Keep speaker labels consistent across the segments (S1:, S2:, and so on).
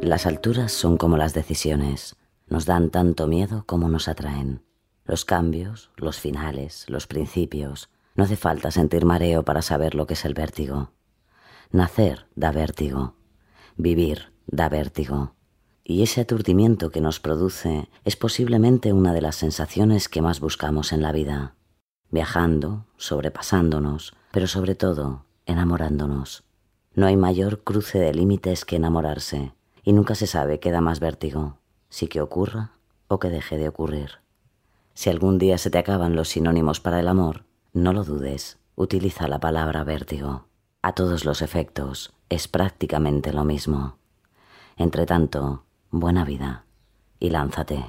S1: Las alturas son como las decisiones. Nos dan tanto miedo como nos atraen. Los cambios, los finales, los principios. No hace falta sentir mareo para saber lo que es el vértigo. Nacer da vértigo. Vivir da vértigo. Y ese aturdimiento que nos produce es posiblemente una de las sensaciones que más buscamos en la vida. Viajando, sobrepasándonos, pero sobre todo, enamorándonos. No hay mayor cruce de límites que enamorarse, y nunca se sabe qué da más vértigo, si que ocurra o que deje de ocurrir. Si algún día se te acaban los sinónimos para el amor, no lo dudes, utiliza la palabra vértigo. A todos los efectos, es prácticamente lo mismo. Entre tanto, buena vida y lánzate.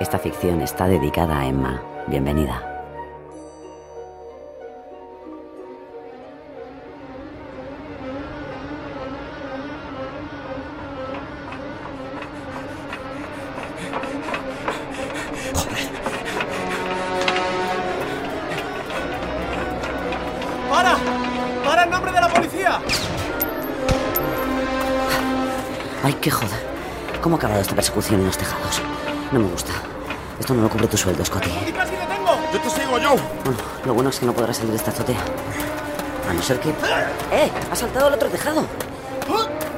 S1: Esta ficción está dedicada a Emma. Bienvenida.
S2: ¡Para! ¡Para en nombre de la policía!
S1: Ay, qué joda. ¿Cómo ha acabado esta persecución en los tejados? No me gusta. Esto no lo cubre tu sueldo, Scotty. ¿eh?
S2: ¡Y casi le tengo!
S3: Yo te sigo, Joe.
S1: Bueno, lo bueno es que no podrás salir de esta azotea. A no ser que... ¡Eh! ¡Ha saltado al otro tejado!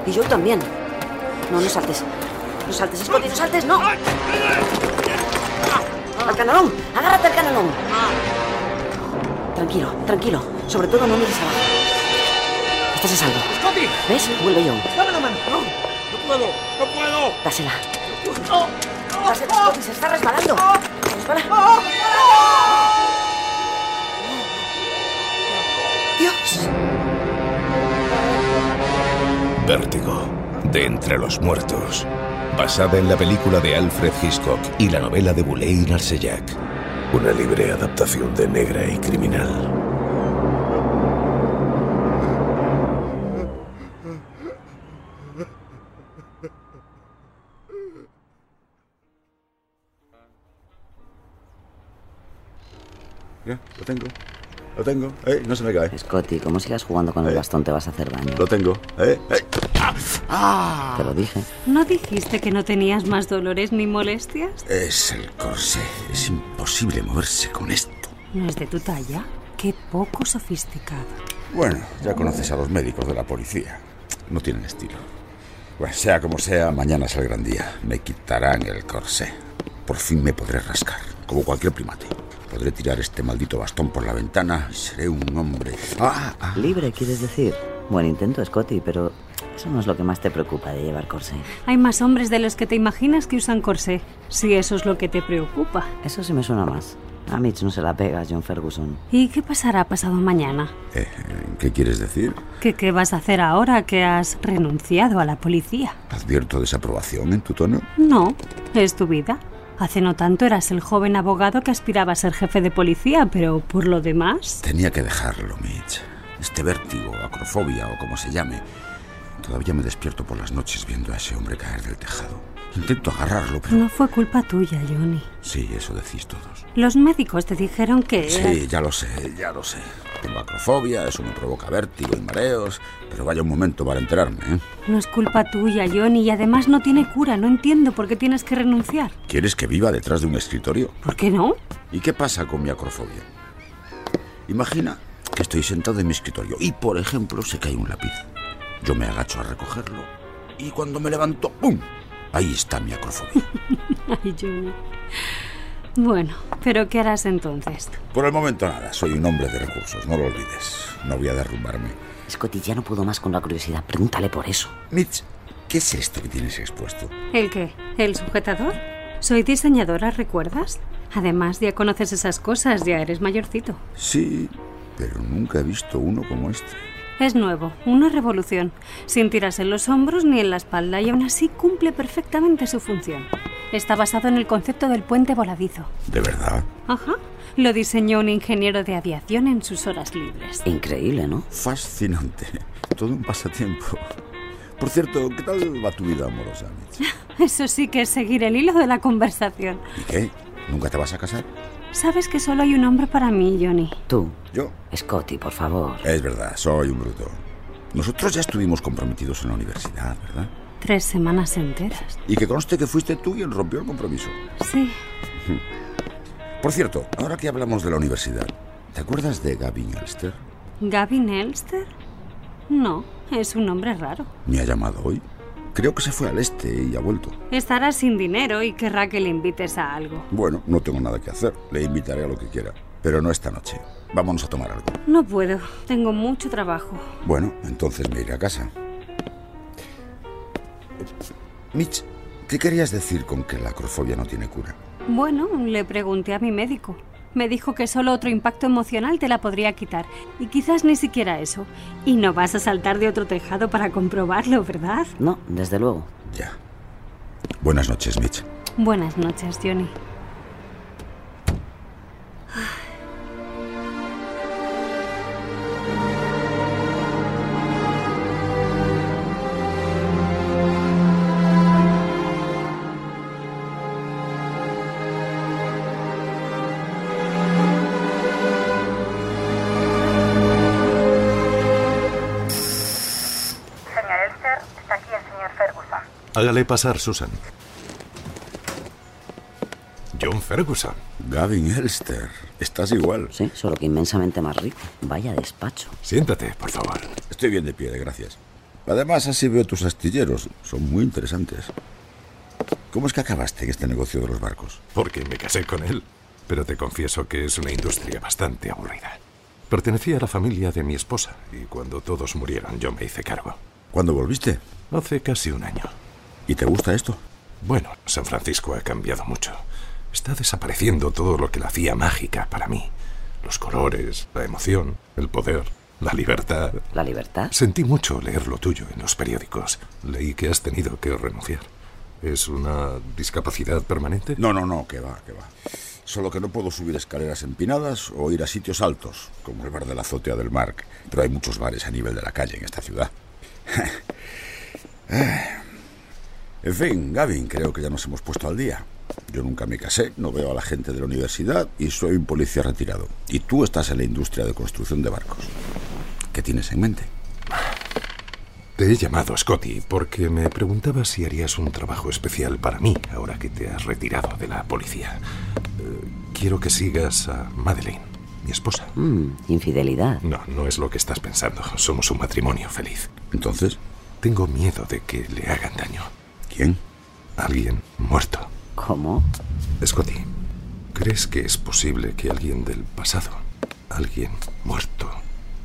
S1: Y yo también. No, no saltes. No saltes, Scotty, no saltes, no. Ah, ¡Al canalón! ¡Agárrate al canalón! Tranquilo, tranquilo. Sobre todo no mires abajo. Estás a salvo.
S2: ¡Coti!
S1: ¿Ves? Vuelve John.
S2: ¡Dame la mano!
S3: ¡No puedo! ¡No puedo!
S1: Dásela.
S2: ¡Oh! ¡Oh!
S1: Dásela, Scotty, se está resbalando. Se resbala.
S2: ¡Oh!
S1: ¡Dios!
S4: Vértigo, de entre los muertos, basada en la película de Alfred Hitchcock y la novela de Boulay Narsellac. Una libre adaptación de Negra y Criminal.
S3: Ya, lo tengo. Lo tengo. Eh, no se me cae.
S1: Scotty, como sigas jugando con el bastón te vas a hacer daño.
S3: Lo tengo. Eh, eh. ¡Ah!
S1: Te lo dije.
S5: ¿No dijiste que no tenías más dolores ni molestias?
S3: Es el corsé. Es imposible moverse con esto.
S5: ¿No es de tu talla? Qué poco sofisticado.
S3: Bueno, ya conoces a los médicos de la policía. No tienen estilo. Bueno, sea como sea, mañana es el gran día. Me quitarán el corsé. Por fin me podré rascar, como cualquier primate. Podré tirar este maldito bastón por la ventana y seré un hombre. ¡Ah! ah.
S1: Libre, quieres decir. Buen intento, Scotty, pero eso no es lo que más te preocupa de llevar corsé.
S5: Hay más hombres de los que te imaginas que usan corsé, si eso es lo que te preocupa.
S1: Eso sí me suena más. A Mitch no se la pega, John Ferguson.
S5: ¿Y qué pasará pasado mañana?
S3: Eh, ¿Qué quieres decir?
S5: ¿Qué, ¿Qué vas a hacer ahora que has renunciado a la policía?
S3: ¿Advierto desaprobación en tu tono?
S5: No, es tu vida. Hace no tanto eras el joven abogado que aspiraba a ser jefe de policía, pero por lo demás...
S3: Tenía que dejarlo, Mitch. Este vértigo, acrofobia o como se llame. Todavía me despierto por las noches viendo a ese hombre caer del tejado. Intento agarrarlo, pero...
S5: No fue culpa tuya, Johnny.
S3: Sí, eso decís todos.
S5: Los médicos te dijeron que...
S3: Sí, ya lo sé, ya lo sé. Tengo acrofobia, eso me provoca vértigo y mareos, pero vaya un momento para enterarme, ¿eh?
S5: No es culpa tuya, Johnny, y además no tiene cura. No entiendo por qué tienes que renunciar.
S3: ¿Quieres que viva detrás de un escritorio?
S5: ¿Por qué no?
S3: ¿Y qué pasa con mi acrofobia? Imagina que estoy sentado en mi escritorio y, por ejemplo, se cae un lápiz. Yo me agacho a recogerlo y cuando me levanto, ¡pum! Ahí está mi acrofobia.
S5: Ay, Johnny. Bueno, pero ¿qué harás entonces?
S3: Por el momento nada, soy un hombre de recursos, no lo olvides. No voy a derrumbarme.
S1: Scotty ya no pudo más con la curiosidad. Pregúntale por eso.
S3: Mitch, ¿qué es esto que tienes expuesto?
S5: ¿El qué? ¿El sujetador? Soy diseñadora, ¿recuerdas? Además, ya conoces esas cosas, ya eres mayorcito.
S3: Sí, pero nunca he visto uno como este.
S5: Es nuevo, una revolución, sin tiras en los hombros ni en la espalda y aún así cumple perfectamente su función. Está basado en el concepto del puente voladizo.
S3: ¿De verdad?
S5: Ajá, lo diseñó un ingeniero de aviación en sus horas libres.
S1: Increíble, ¿no?
S3: Fascinante. Todo un pasatiempo. Por cierto, ¿qué tal va tu vida amorosa, Mitch?
S5: Eso sí que es seguir el hilo de la conversación.
S3: ¿Y qué? ¿Nunca te vas a casar?
S5: Sabes que solo hay un hombre para mí, Johnny.
S1: Tú,
S3: Yo.
S1: Scotty, por favor.
S3: Es verdad, soy un bruto. Nosotros ya estuvimos comprometidos en la universidad, ¿verdad?
S5: Tres semanas enteras.
S3: Y que conste que fuiste tú quien rompió el compromiso.
S5: Sí,
S3: Por cierto, ahora que hablamos de la universidad, ¿te acuerdas de Gavin Elster?
S5: Gavin Elster. No, es un hombre raro.
S3: Me ha llamado hoy. Creo que se fue al este y ha vuelto.
S5: Estará sin dinero y querrá que le invites a algo.
S3: Bueno, no tengo nada que hacer. Le invitaré a lo que quiera. Pero no esta noche. Vámonos a tomar algo.
S5: No puedo, tengo mucho trabajo.
S3: Bueno, entonces me iré a casa. Eh, Mitch, ¿qué querías decir con que la acrofobia no tiene cura?
S5: Bueno, le pregunté a mi médico. Me dijo que solo otro impacto emocional te la podría quitar. Y quizás ni siquiera eso. Y no vas a saltar de otro tejado para comprobarlo, ¿verdad?
S1: No, desde luego.
S3: Ya. Buenas noches, Mitch.
S5: Buenas noches, Johnny.
S6: Señor Elster, está aquí el señor Ferguson.
S7: Hágale pasar, Susan. John Ferguson.
S3: Gavin Elster, estás igual.
S1: Sí, solo que inmensamente más rico. Vaya despacho.
S7: Siéntate, por favor.
S3: Estoy bien de pie, de gracias. Además, así veo tus astilleros. Son muy interesantes. ¿Cómo es que acabaste en este negocio de los barcos?
S7: Porque me casé con él. Pero te confieso que es una industria bastante aburrida. Pertenecía a la familia de mi esposa y cuando todos murieron yo me hice cargo.
S3: ¿Cuándo volviste?
S7: Hace casi un año.
S3: ¿Y te gusta esto?
S7: Bueno, San Francisco ha cambiado mucho. Está desapareciendo todo lo que la hacía mágica para mí. Los colores, la emoción, el poder, la libertad.
S1: ¿La libertad?
S7: Sentí mucho leer lo tuyo en los periódicos. Leí que has tenido que renunciar. ¿Es una discapacidad permanente?
S3: No, no, no, que va, que va. Solo que no puedo subir escaleras empinadas o ir a sitios altos, como el bar de la azotea del Marc. Pero hay muchos bares a nivel de la calle en esta ciudad. Eh, en fin, Gavin, creo que ya nos hemos puesto al día. Yo nunca me casé, no veo a la gente de la universidad y soy un policía retirado. Y tú estás en la industria de construcción de barcos. ¿Qué tienes en mente?
S7: Te he llamado, Scotty, porque me preguntaba si harías un trabajo especial para mí ahora que te has retirado de la policía. Eh, quiero que sigas a Madeleine, mi esposa.
S1: Mm, infidelidad.
S7: No, no es lo que estás pensando. Somos un matrimonio feliz.
S3: Entonces,
S7: Tengo miedo de que le hagan daño.
S3: ¿quién?
S7: Alguien muerto.
S1: ¿Cómo?
S7: Scotty, ¿crees que es posible que alguien del pasado, alguien muerto,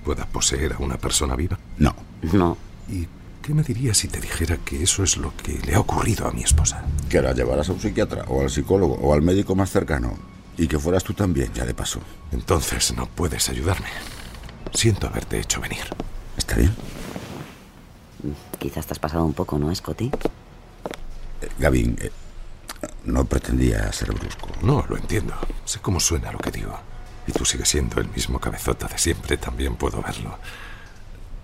S7: pueda poseer a una persona viva?
S3: No.
S1: No.
S7: ¿Y qué me dirías si te dijera que eso es lo que le ha ocurrido a mi esposa?
S3: Que la llevaras a un psiquiatra o al psicólogo o al médico más cercano. Y que fueras tú también, ya de paso.
S7: Entonces no puedes ayudarme. Siento haberte hecho venir.
S3: ¿Está bien?
S1: Quizás te has pasado un poco, ¿no, Scotty?
S3: Eh, Gavin, eh, no pretendía ser brusco.
S7: No, lo entiendo. Sé cómo suena lo que digo. Y tú sigues siendo el mismo cabezota de siempre, también puedo verlo.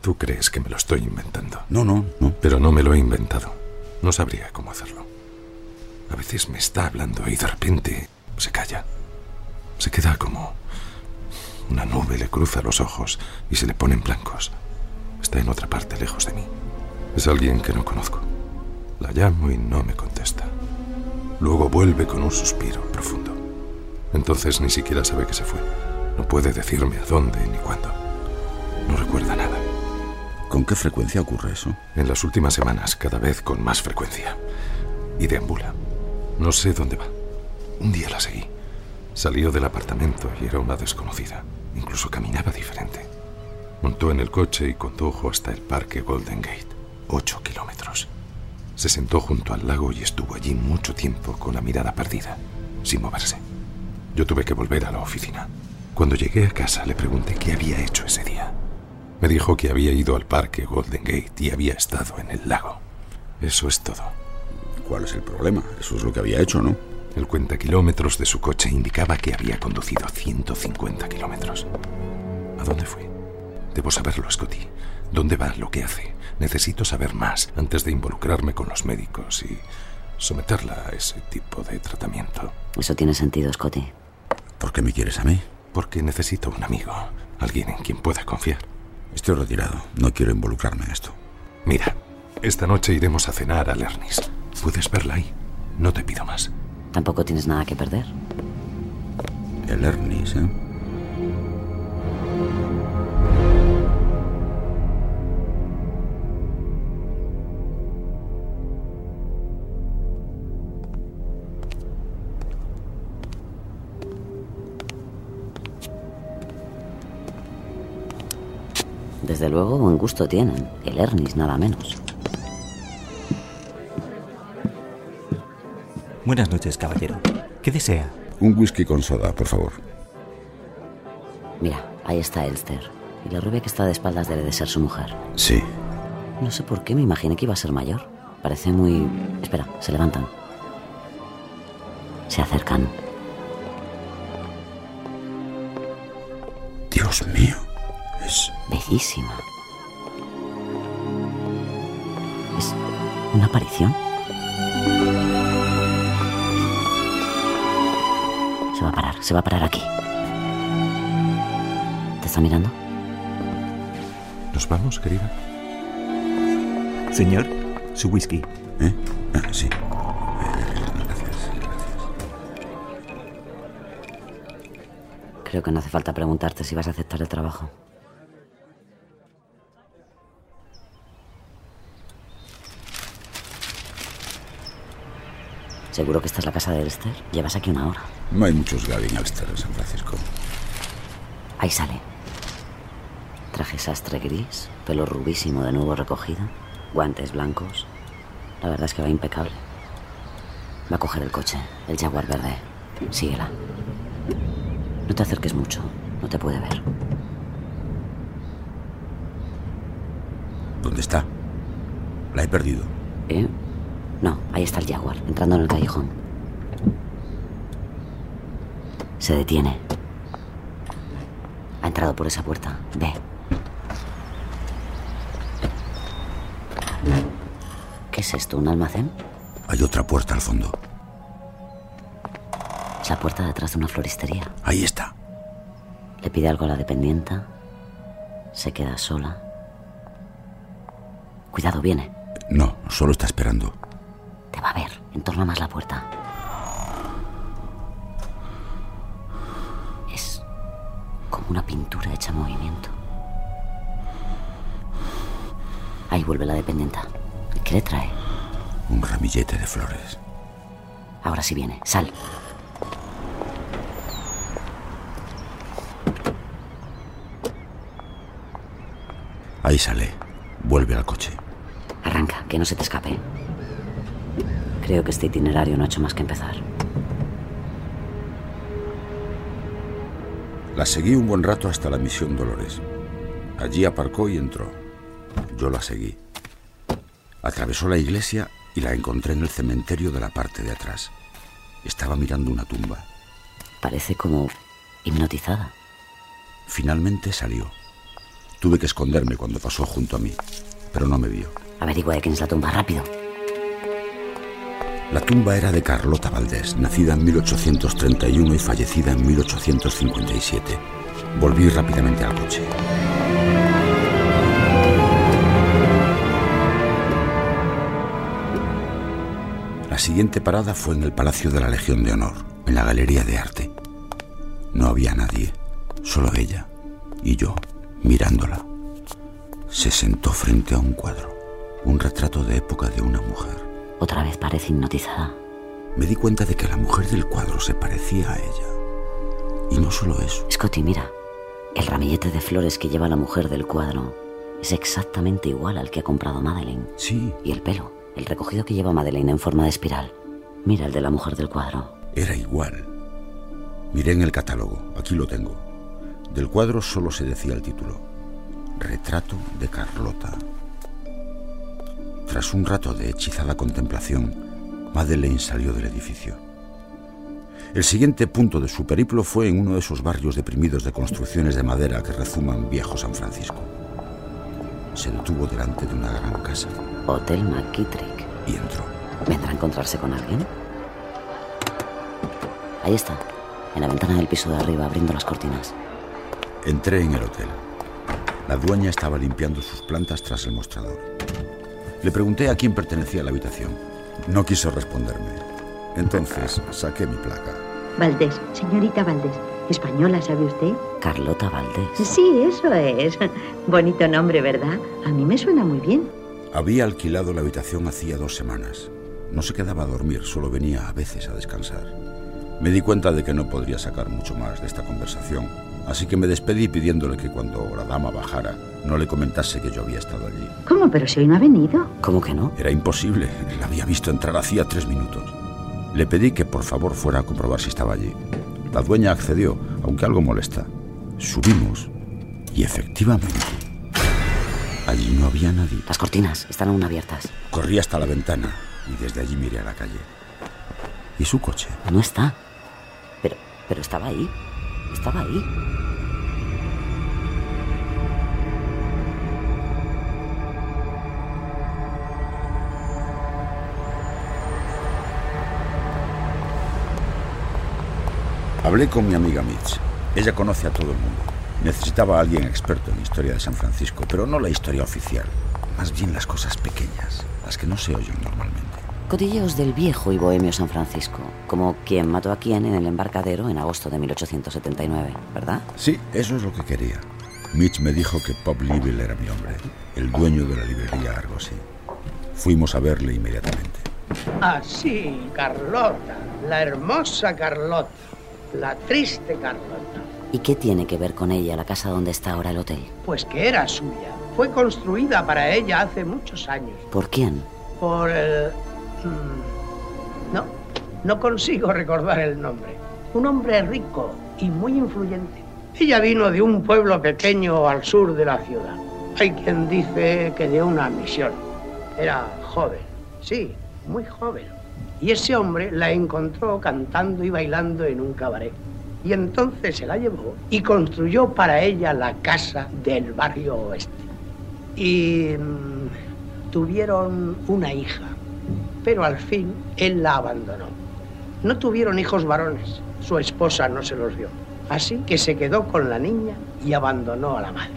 S7: Tú crees que me lo estoy inventando.
S3: No, no, no.
S7: Pero no me lo he inventado. No sabría cómo hacerlo. A veces me está hablando y de repente se calla. Se queda como... Una nube le cruza los ojos y se le ponen blancos. Está en otra parte, lejos de mí. Es alguien que no conozco. La llamo y no me contesta. Luego vuelve con un suspiro profundo. Entonces ni siquiera sabe que se fue. No puede decirme a dónde ni cuándo. No recuerda nada.
S3: ¿Con qué frecuencia ocurre eso?
S7: En las últimas semanas, cada vez con más frecuencia. Y deambula. No sé dónde va. Un día la seguí. Salió del apartamento y era una desconocida. Incluso caminaba diferente. Montó en el coche y condujo hasta el parque Golden Gate, ocho kilómetros. Se sentó junto al lago y estuvo allí mucho tiempo con la mirada perdida, sin moverse. Yo tuve que volver a la oficina. Cuando llegué a casa le pregunté qué había hecho ese día. Me dijo que había ido al parque Golden Gate y había estado en el lago. Eso es todo.
S3: ¿Cuál es el problema? Eso es lo que había hecho, ¿no?
S7: El cuenta kilómetros de su coche indicaba que había conducido 150 kilómetros. ¿A dónde fue? Debo saberlo, Scotty. ¿Dónde va? ¿Lo que hace? Necesito saber más antes de involucrarme con los médicos y someterla a ese tipo de tratamiento.
S1: Eso tiene sentido, Scotty.
S3: ¿Por qué me quieres a mí?
S7: Porque necesito un amigo, alguien en quien pueda confiar.
S3: Estoy retirado. No quiero involucrarme en esto.
S7: Mira, esta noche iremos a cenar a Lernis. Puedes verla ahí. No te pido más.
S1: Tampoco tienes nada que perder.
S3: El Ernis, ¿eh?
S1: Desde luego, buen gusto tienen. El Ernis, nada menos.
S8: Buenas noches, caballero. ¿Qué desea?
S3: Un whisky con soda, por favor.
S1: Mira, ahí está Elster. Y la rubia que está de espaldas debe de ser su mujer.
S3: Sí.
S1: No sé por qué me imaginé que iba a ser mayor. Parece muy... Espera, se levantan. Se acercan.
S3: Dios mío. Es...
S1: Bellísima. ¿Es una aparición? Se va a parar, se va a parar aquí. ¿Te está mirando?
S7: ¿Nos vamos, querida?
S8: Señor, su whisky.
S3: ¿Eh? Ah, sí. Eh, Gracias, gracias.
S1: Creo que no hace falta preguntarte si vas a aceptar el trabajo. ¿Seguro que esta es la casa de Elster? Llevas aquí una hora.
S3: No hay muchos Gavin Alster en San Francisco.
S1: Ahí sale. Traje sastre gris, pelo rubísimo de nuevo recogido, guantes blancos. La verdad es que va impecable. Va a coger el coche, el jaguar verde. Síguela. No te acerques mucho, no te puede ver.
S3: ¿Dónde está? La he perdido.
S1: ¿Eh? No, ahí está el jaguar, entrando en el callejón. Se detiene. Ha entrado por esa puerta. Ve. ¿Qué es esto? ¿Un almacén?
S3: Hay otra puerta al fondo.
S1: Es la puerta de atrás de una floristería.
S3: Ahí está.
S1: Le pide algo a la dependienta. Se queda sola. Cuidado, viene.
S3: No, solo está esperando.
S1: Te va a ver. Entorna más la puerta. Es como una pintura hecha movimiento. Ahí vuelve la dependienta. ¿Qué le trae?
S3: Un ramillete de flores.
S1: Ahora sí viene. Sal.
S3: Ahí sale. Vuelve al coche.
S1: Arranca, que no se te escape. Creo que este itinerario no ha hecho más que empezar.
S3: La seguí un buen rato hasta la misión Dolores. Allí aparcó y entró. Yo la seguí. Atravesó la iglesia y la encontré en el cementerio de la parte de atrás. Estaba mirando una tumba.
S1: Parece como hipnotizada.
S3: Finalmente salió. Tuve que esconderme cuando pasó junto a mí, pero no me vio.
S1: Averigua de quién es la tumba, rápido.
S3: La tumba era de Carlota Valdés, nacida en 1831 y fallecida en 1857. Volví rápidamente al coche. La siguiente parada fue en el Palacio de la Legión de Honor, en la Galería de Arte. No había nadie, solo ella y yo, mirándola. Se sentó frente a un cuadro, un retrato de época de una mujer.
S1: Otra vez parece hipnotizada.
S3: Me di cuenta de que la mujer del cuadro se parecía a ella. Y no solo eso.
S1: Scotty, mira. El ramillete de flores que lleva la mujer del cuadro es exactamente igual al que ha comprado Madeleine.
S3: Sí,
S1: Y el pelo, el recogido que lleva Madeleine en forma de espiral. Mira el de la mujer del cuadro.
S3: era igual. Miré en el catálogo, aquí lo tengo. Del cuadro solo se decía el título. Retrato de Carlota. Tras un rato de hechizada contemplación, Madeleine salió del edificio. El siguiente punto de su periplo fue en uno de esos barrios deprimidos de construcciones de madera que rezuman viejo San Francisco. Se detuvo delante de una gran casa
S1: Hotel McKittrick.
S3: y entró.
S1: ¿Vendrá a encontrarse con alguien? Ahí está, en la ventana del piso de arriba, abriendo las cortinas.
S3: Entré en el hotel. La dueña estaba limpiando sus plantas tras el mostrador. Le pregunté a quién pertenecía la habitación. No quiso responderme. Entonces saqué mi placa.
S9: Valdés, señorita Valdés. ¿Española sabe usted?
S1: Carlota Valdés.
S9: Sí, eso es. Bonito nombre, ¿verdad? A mí me suena muy bien.
S3: Había alquilado la habitación hacía dos semanas. No se quedaba a dormir, solo venía a veces a descansar. Me di cuenta de que no podría sacar mucho más de esta conversación, así que me despedí pidiéndole que cuando la dama bajara no le comentase que yo había estado allí.
S9: ¿Cómo? Pero si hoy no ha venido.
S1: ¿Cómo que no?
S3: Era imposible, la había visto entrar hacía tres minutos. Le pedí que por favor fuera a comprobar si estaba allí. La dueña accedió, aunque algo molesta. Subimos y efectivamente allí no había nadie.
S1: Las cortinas están aún abiertas.
S3: Corrí hasta la ventana y desde allí miré a la calle. ¿Y su coche?
S1: No está. Pero, pero estaba ahí. Estaba ahí.
S3: Hablé con mi amiga Mitch. Ella conoce a todo el mundo. Necesitaba a alguien experto en historia de San Francisco, pero no la historia oficial. Más bien las cosas pequeñas, las que no se oyen normalmente.
S1: Cotilleos del viejo y bohemio San Francisco, como quien mató a quien en el embarcadero en agosto de 1879, ¿verdad?
S3: Sí, eso es lo que quería. Mitch me dijo que Pop Libel era mi hombre, el dueño de la librería Argosy. Fuimos a verle inmediatamente.
S10: Así, Carlota, la hermosa Carlota, la triste Carlota,
S1: ¿Y qué tiene que ver con ella la casa donde está ahora el hotel?
S10: pues que era suya. Fue construida para ella hace muchos años
S1: ¿Por quién?
S10: por el... mm, No, no consigo recordar el nombre. Un hombre rico y muy influyente. Ella vino de un pueblo pequeño al sur de la ciudad. Hay quien dice que de una misión. Era joven, sí, muy joven. Y ese hombre la encontró cantando y bailando en un cabaret. Y entonces se la llevó y construyó para ella la casa del barrio oeste y mm, tuvieron una hija, pero al fin él la abandonó. No tuvieron hijos varones, su esposa no se los dio, así que se quedó con la niña y abandonó a la madre.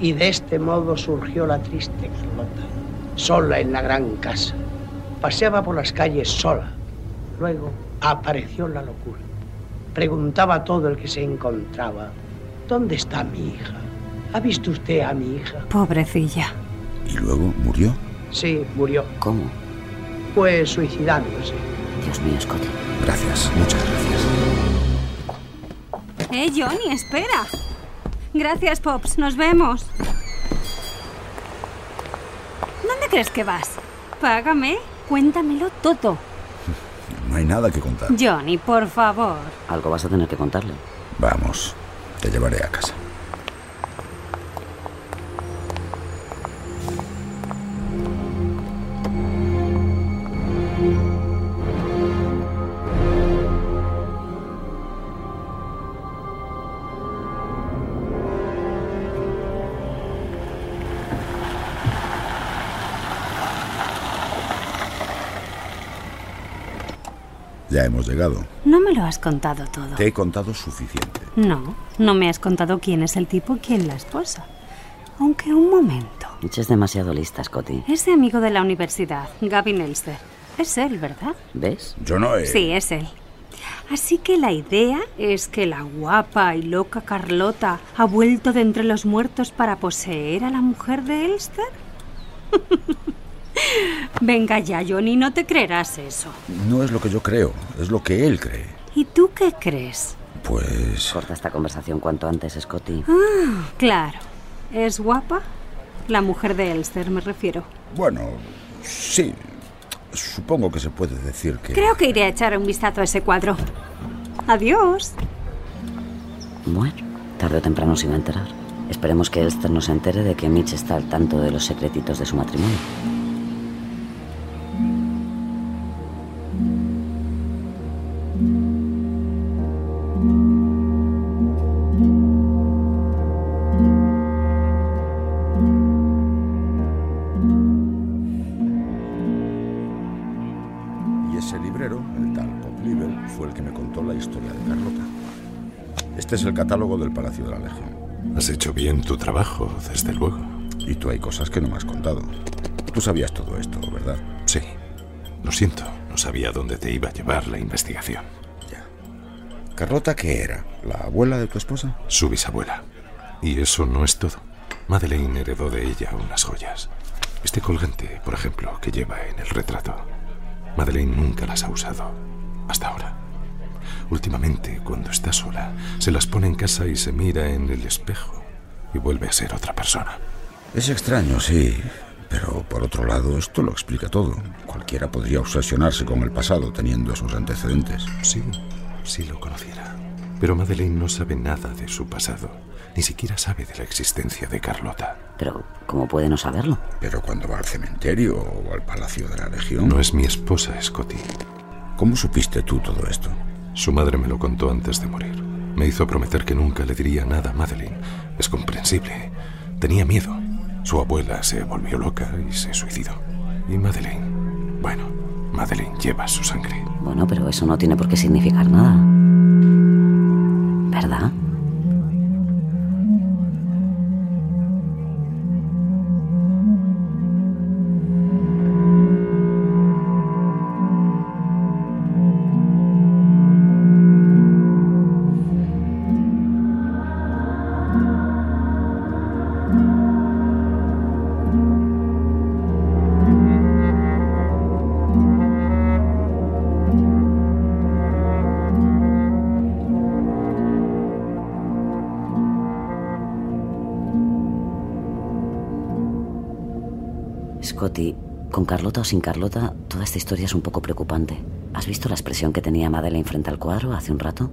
S10: Y de este modo surgió la triste Carlota, sola en la gran casa. Paseaba por las calles sola. Luego apareció la locura. Preguntaba a todo el que se encontraba, ¿dónde está mi hija? ¿Ha visto usted a mi hija?
S5: Pobrecilla.
S3: ¿Y luego murió?
S10: Sí, murió.
S1: ¿Cómo?
S10: Fue suicidándose.
S1: Dios mío, Scotty.
S3: Gracias, muchas gracias.
S5: ¡Eh, Johnny, espera! Gracias, Pops. Nos vemos. ¿Dónde crees que vas? Págame. Cuéntamelo todo.
S3: No hay nada que contar.
S5: Johnny, por favor.
S1: Algo vas a tener que contarle.
S3: Vamos, te llevaré a casa. Ya hemos llegado.
S5: No me lo has contado todo.
S3: Te he contado suficiente.
S5: No, no me has contado quién es el tipo y quién la esposa. Aunque un momento.
S1: Eches demasiado lista, Scotty.
S5: Ese amigo de la universidad, Gavin Elster, es él, ¿verdad?
S1: ¿Ves?
S3: Yo no he...
S5: Sí, es él. Así que la idea es que la guapa y loca Carlota ha vuelto de entre los muertos para poseer a la mujer de Elster. Venga ya, Johnny, no te creerás eso.
S3: No es lo que yo creo, es lo que él cree.
S5: ¿Y tú qué crees?
S3: Pues...
S1: Corta esta conversación cuanto antes, Scotty.
S5: Ah, claro. ¿Es guapa? La mujer de Elster, me refiero.
S3: Bueno, sí. Supongo que se puede decir que...
S5: Creo que iré a echar un vistazo a ese cuadro. Adiós.
S1: Bueno, tarde o temprano se iba a enterar. Esperemos que Elster nos entere de que Mitch está al tanto de los secretitos de su matrimonio.
S3: Y ese librero, el tal Pop Libel, fue el que me contó la historia de Carlota. Este es el catálogo del Palacio de la Legión.
S7: Has hecho bien tu trabajo, desde luego.
S3: Y tú hay cosas que no me has contado. Tú sabías todo esto, ¿verdad?
S7: Sí. Lo siento, no sabía dónde te iba a llevar la investigación.
S3: ¿Carlota qué era? ¿La abuela de tu esposa?
S7: Su bisabuela. Y eso no es todo. Madeleine heredó de ella unas joyas. Este colgante, por ejemplo, que lleva en el retrato. Madeleine nunca las ha usado. Hasta ahora. Últimamente, cuando está sola, se las pone en casa y se mira en el espejo y vuelve a ser otra persona.
S3: Es extraño, sí. Pero por otro lado, esto lo explica todo. Cualquiera podría obsesionarse con el pasado teniendo esos antecedentes.
S7: Sí, si lo conociera. Pero Madeleine no sabe nada de su pasado. Ni siquiera sabe de la existencia de Carlota.
S1: Pero, ¿cómo puede no saberlo?
S3: Pero cuando va al cementerio o al Palacio de la Legión...
S7: No es mi esposa, Scotty.
S3: ¿Cómo supiste tú todo esto?
S7: Su madre me lo contó antes de morir. Me hizo prometer que nunca le diría nada a Madeleine. Es comprensible. Tenía miedo. Su abuela se volvió loca y se suicidó. Y Madeleine... Bueno, Madeleine lleva su sangre.
S1: Bueno, pero eso no tiene por qué significar nada. ¿Verdad? Scotty, con Carlota o sin Carlota, toda esta historia es un poco preocupante. ¿Has visto la expresión que tenía Madeleine frente al cuadro hace un rato?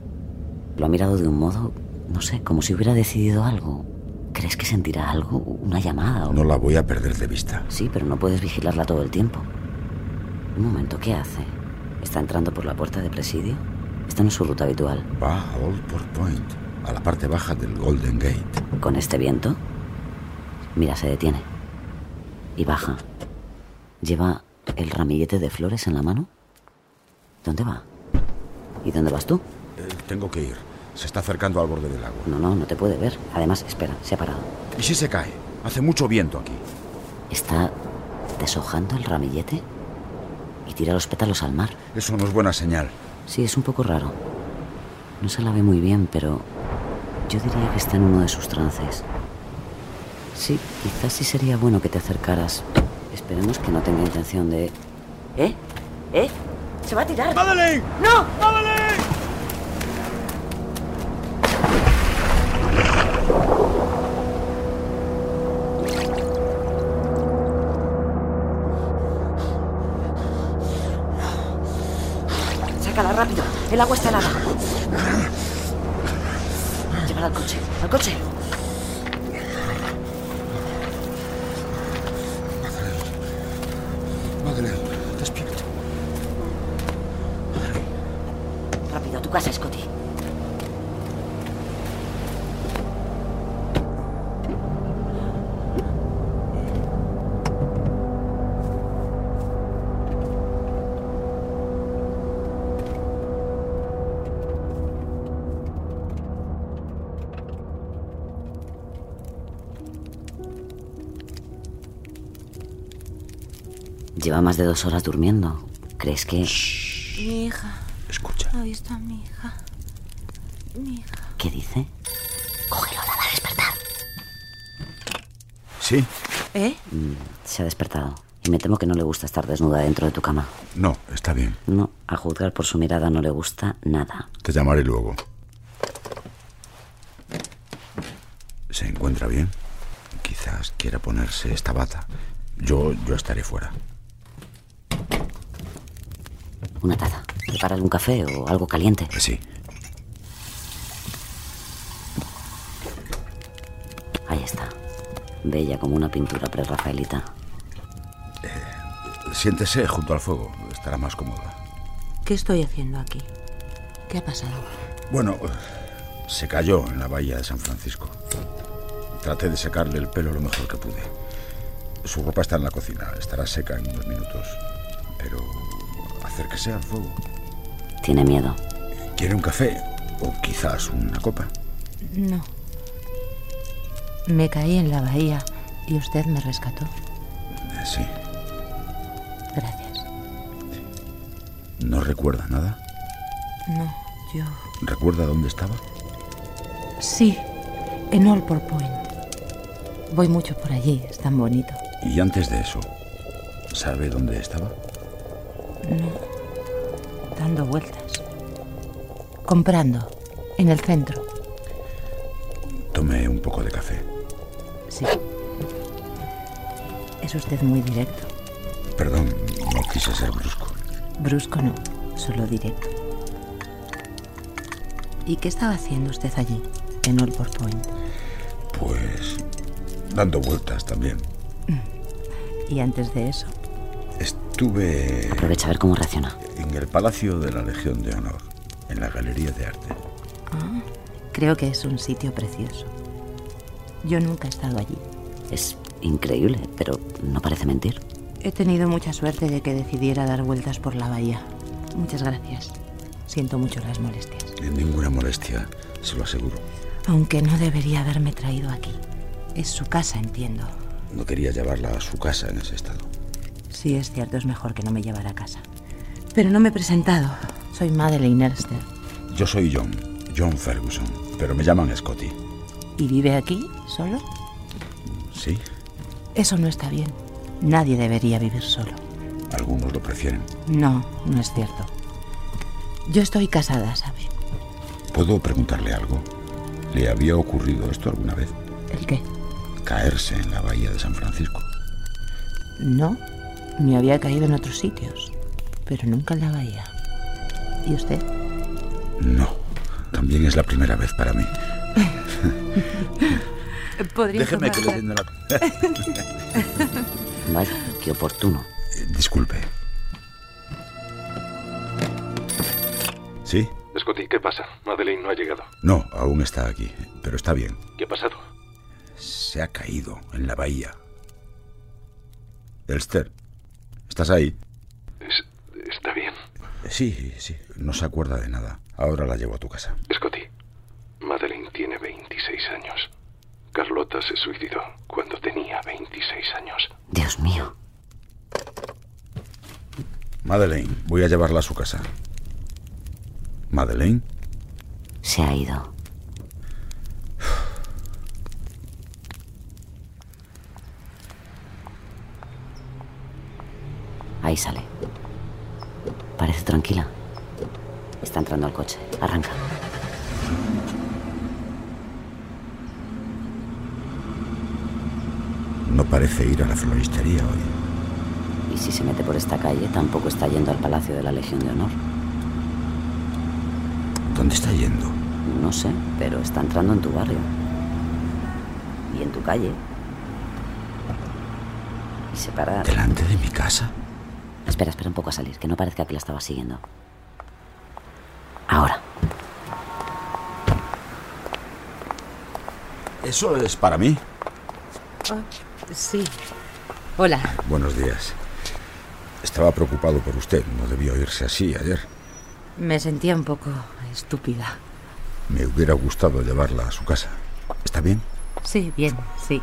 S1: Lo ha mirado de un modo, no sé, como si hubiera decidido algo. ¿Crees que sentirá algo? ¿Una llamada? O...
S3: No la voy a perder de vista.
S1: Sí, pero no puedes vigilarla todo el tiempo. Un momento, ¿qué hace? ¿Está entrando por la puerta de presidio? Esta no es su ruta habitual.
S3: Va a Oldport Point, a la parte baja del Golden Gate.
S1: ¿Con este viento? Mira, se detiene. Y baja. ¿Lleva el ramillete de flores en la mano? ¿Dónde va? ¿Y dónde vas tú?
S3: Eh, tengo que ir. Se está acercando al borde del lago.
S1: No, no, no te puede ver. Además, espera, se ha parado.
S3: ¿Y si se cae? Hace mucho viento aquí.
S1: Está deshojando el ramillete y tira los pétalos al mar.
S3: Eso no es buena señal.
S1: Sí, es un poco raro. No se la ve muy bien, pero yo diría que está en uno de sus trances. Sí, quizás sí sería bueno que te acercaras. Esperemos que no tenga intención de... ¿Eh? ¿Eh? ¡Se va a tirar!
S11: ¡Madeleine!
S1: ¡No!
S11: ¡Madeleine!
S1: ¡Sácala rápido! ¡El agua está helada! Llévala al coche. ¡Al coche!
S3: Madeleine, despierta.
S1: Rápido, a tu casa, Scotty. Lleva más de dos horas durmiendo. ¿Crees que...
S12: Mi hija.
S3: Escucha.
S12: Ahí está mi hija. Mi hija.
S1: ¿Qué dice? Cógelo, la va a despertar.
S3: Sí,
S12: ¿Eh?
S1: Mm, Se ha despertado. Y me temo que no le gusta estar desnuda dentro de tu cama.
S3: no, está bien.
S1: No, a juzgar por su mirada no le gusta nada.
S3: Te llamaré luego. encuentra bien. Quizás quiera ponerse esta bata. Yo, yo estaré fuera.
S1: Una taza. Prepárale un café o algo caliente.
S3: Pues Sí.
S1: Ahí está. Bella como una pintura prerrafaelita.
S3: Siéntese junto al fuego. Estará más cómoda.
S11: ¿Qué estoy haciendo aquí? ¿Qué ha pasado?
S3: Bueno, se cayó en la bahía de San Francisco. Traté de secarle el pelo lo mejor que pude. Su ropa está en la cocina. Estará seca en unos minutos. Pero acérquese al fuego.
S1: Tiene miedo.
S3: ¿Quiere un café? O quizás una copa.
S11: No. Me caí en la bahía y usted me rescató.
S3: Eh, Sí.
S11: Gracias.
S3: ¿No recuerda nada?
S11: No, yo.
S3: ¿Recuerda dónde estaba?
S11: Sí, en Allport Point. Voy mucho por allí, es tan bonito.
S3: Y antes de eso, ¿sabe dónde estaba?
S11: No. Dando vueltas. Comprando. En el centro.
S3: Tome un poco de café.
S11: Sí. Es usted muy directo.
S3: Perdón, no quise ser brusco.
S11: Brusco no, solo directo. ¿Y qué estaba haciendo usted allí, en Allport Point?
S3: Pues dando vueltas también.
S11: Y antes de eso,
S3: Estuve...
S1: Aprovecha a ver cómo reacciona.
S3: En el Palacio de la Legión de Honor, en la Galería de Arte.
S11: Ah, creo que es un sitio precioso. Yo nunca he estado allí.
S1: Es increíble, pero no parece mentir.
S11: He tenido mucha suerte de que decidiera dar vueltas por la bahía. Muchas gracias. Siento mucho las molestias.
S3: En ninguna molestia, se lo aseguro.
S11: Aunque no debería haberme traído aquí. Es su casa, entiendo.
S3: No quería llevarla a su casa en ese estado.
S11: Sí, es cierto, es mejor que no me llevara a casa. Pero no me he presentado. Soy Madeleine Erster.
S3: Yo soy John, John Ferguson, pero me llaman Scotty.
S11: ¿Y vive aquí, solo?
S3: ¿Sí?
S11: Eso no está bien. Nadie debería vivir solo.
S3: Algunos lo prefieren.
S11: No, no es cierto. Yo estoy casada, ¿sabe?
S3: ¿Puedo preguntarle algo? ¿Le había ocurrido esto alguna vez?
S11: ¿El qué?
S3: Caerse en la bahía de San Francisco.
S11: No, me había caído en otros sitios, pero nunca en la bahía. ¿Y usted?
S3: No, también es la primera vez para mí.
S11: Podría
S3: Déjeme que le
S11: tomarla.
S3: den la...
S1: Vaya, qué oportuno.
S3: Eh, Disculpe. ¿Sí?
S7: Scotty, ¿qué pasa? Madeleine no ha llegado.
S3: No, aún está aquí, pero está bien.
S7: ¿Qué ha pasado?
S3: Se ha caído en la bahía. Elster, ¿estás ahí?
S7: Está bien.
S3: Sí, sí, no se acuerda de nada. Ahora la llevo a tu casa.
S7: Scotty, Madeleine tiene 26 años. Carlota se suicidó cuando tenía 26 años.
S1: Dios mío.
S3: Madeleine, voy a llevarla a su casa. Madeleine,
S1: Se ha ido. Ahí sale. Parece tranquila. Está entrando al coche. Arranca.
S3: no parece ir a la floristería hoy.
S1: Y si se mete por esta calle, tampoco está yendo al Palacio de la Legión de Honor.
S3: ¿Dónde está yendo?
S1: No sé, pero está entrando en tu barrio. Y en tu calle. Y se para...
S3: ¿Delante de mi casa?
S1: Espera, espera un poco a salir, que no parezca que la estaba siguiendo. Ahora.
S3: ¿Eso es para mí?
S11: Ah, sí. Hola.
S3: Buenos días. Estaba preocupado por usted. No debió irse así ayer.
S11: Me sentía un poco estúpida.
S3: Me hubiera gustado llevarla a su casa. ¿Está bien?
S11: Sí, bien, sí.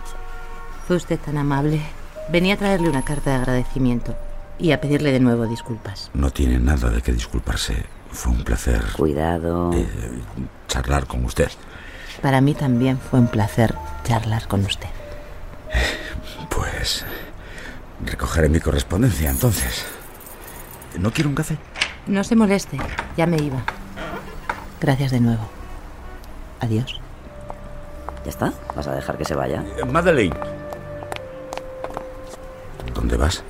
S11: Fue usted tan amable. Venía a traerle una carta de agradecimiento y a pedirle de nuevo disculpas.
S3: No tiene nada de qué disculparse. Fue un placer
S1: Cuidado.
S3: eh, charlar con usted.
S11: Para mí también fue un placer charlar con usted.
S3: Pues recogeré mi correspondencia entonces. ¿No quiero un café?
S11: No se moleste, ya me iba. Gracias de nuevo. Adiós.
S1: ¿Ya está? ¿Vas a dejar que se vaya?
S3: Madeleine. ¿Dónde vas?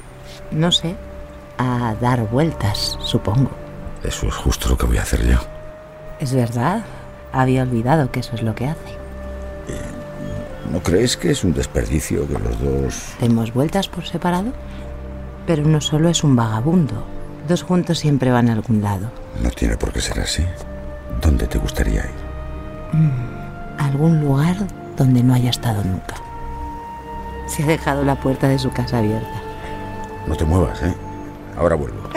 S11: No sé. A dar vueltas, supongo.
S3: Eso es justo lo que voy a hacer yo.
S11: Es verdad. Había olvidado que eso es lo que hace.
S3: ¿No crees que es un desperdicio que los dos...
S11: Demos vueltas por separado. Pero uno solo es un vagabundo. Dos juntos siempre van a algún lado.
S3: No tiene por qué ser así. ¿Dónde te gustaría ir?
S11: Mm, algún lugar donde no haya estado nunca. Se ha dejado la puerta de su casa abierta.
S3: No te muevas, ¿eh? Ahora vuelvo.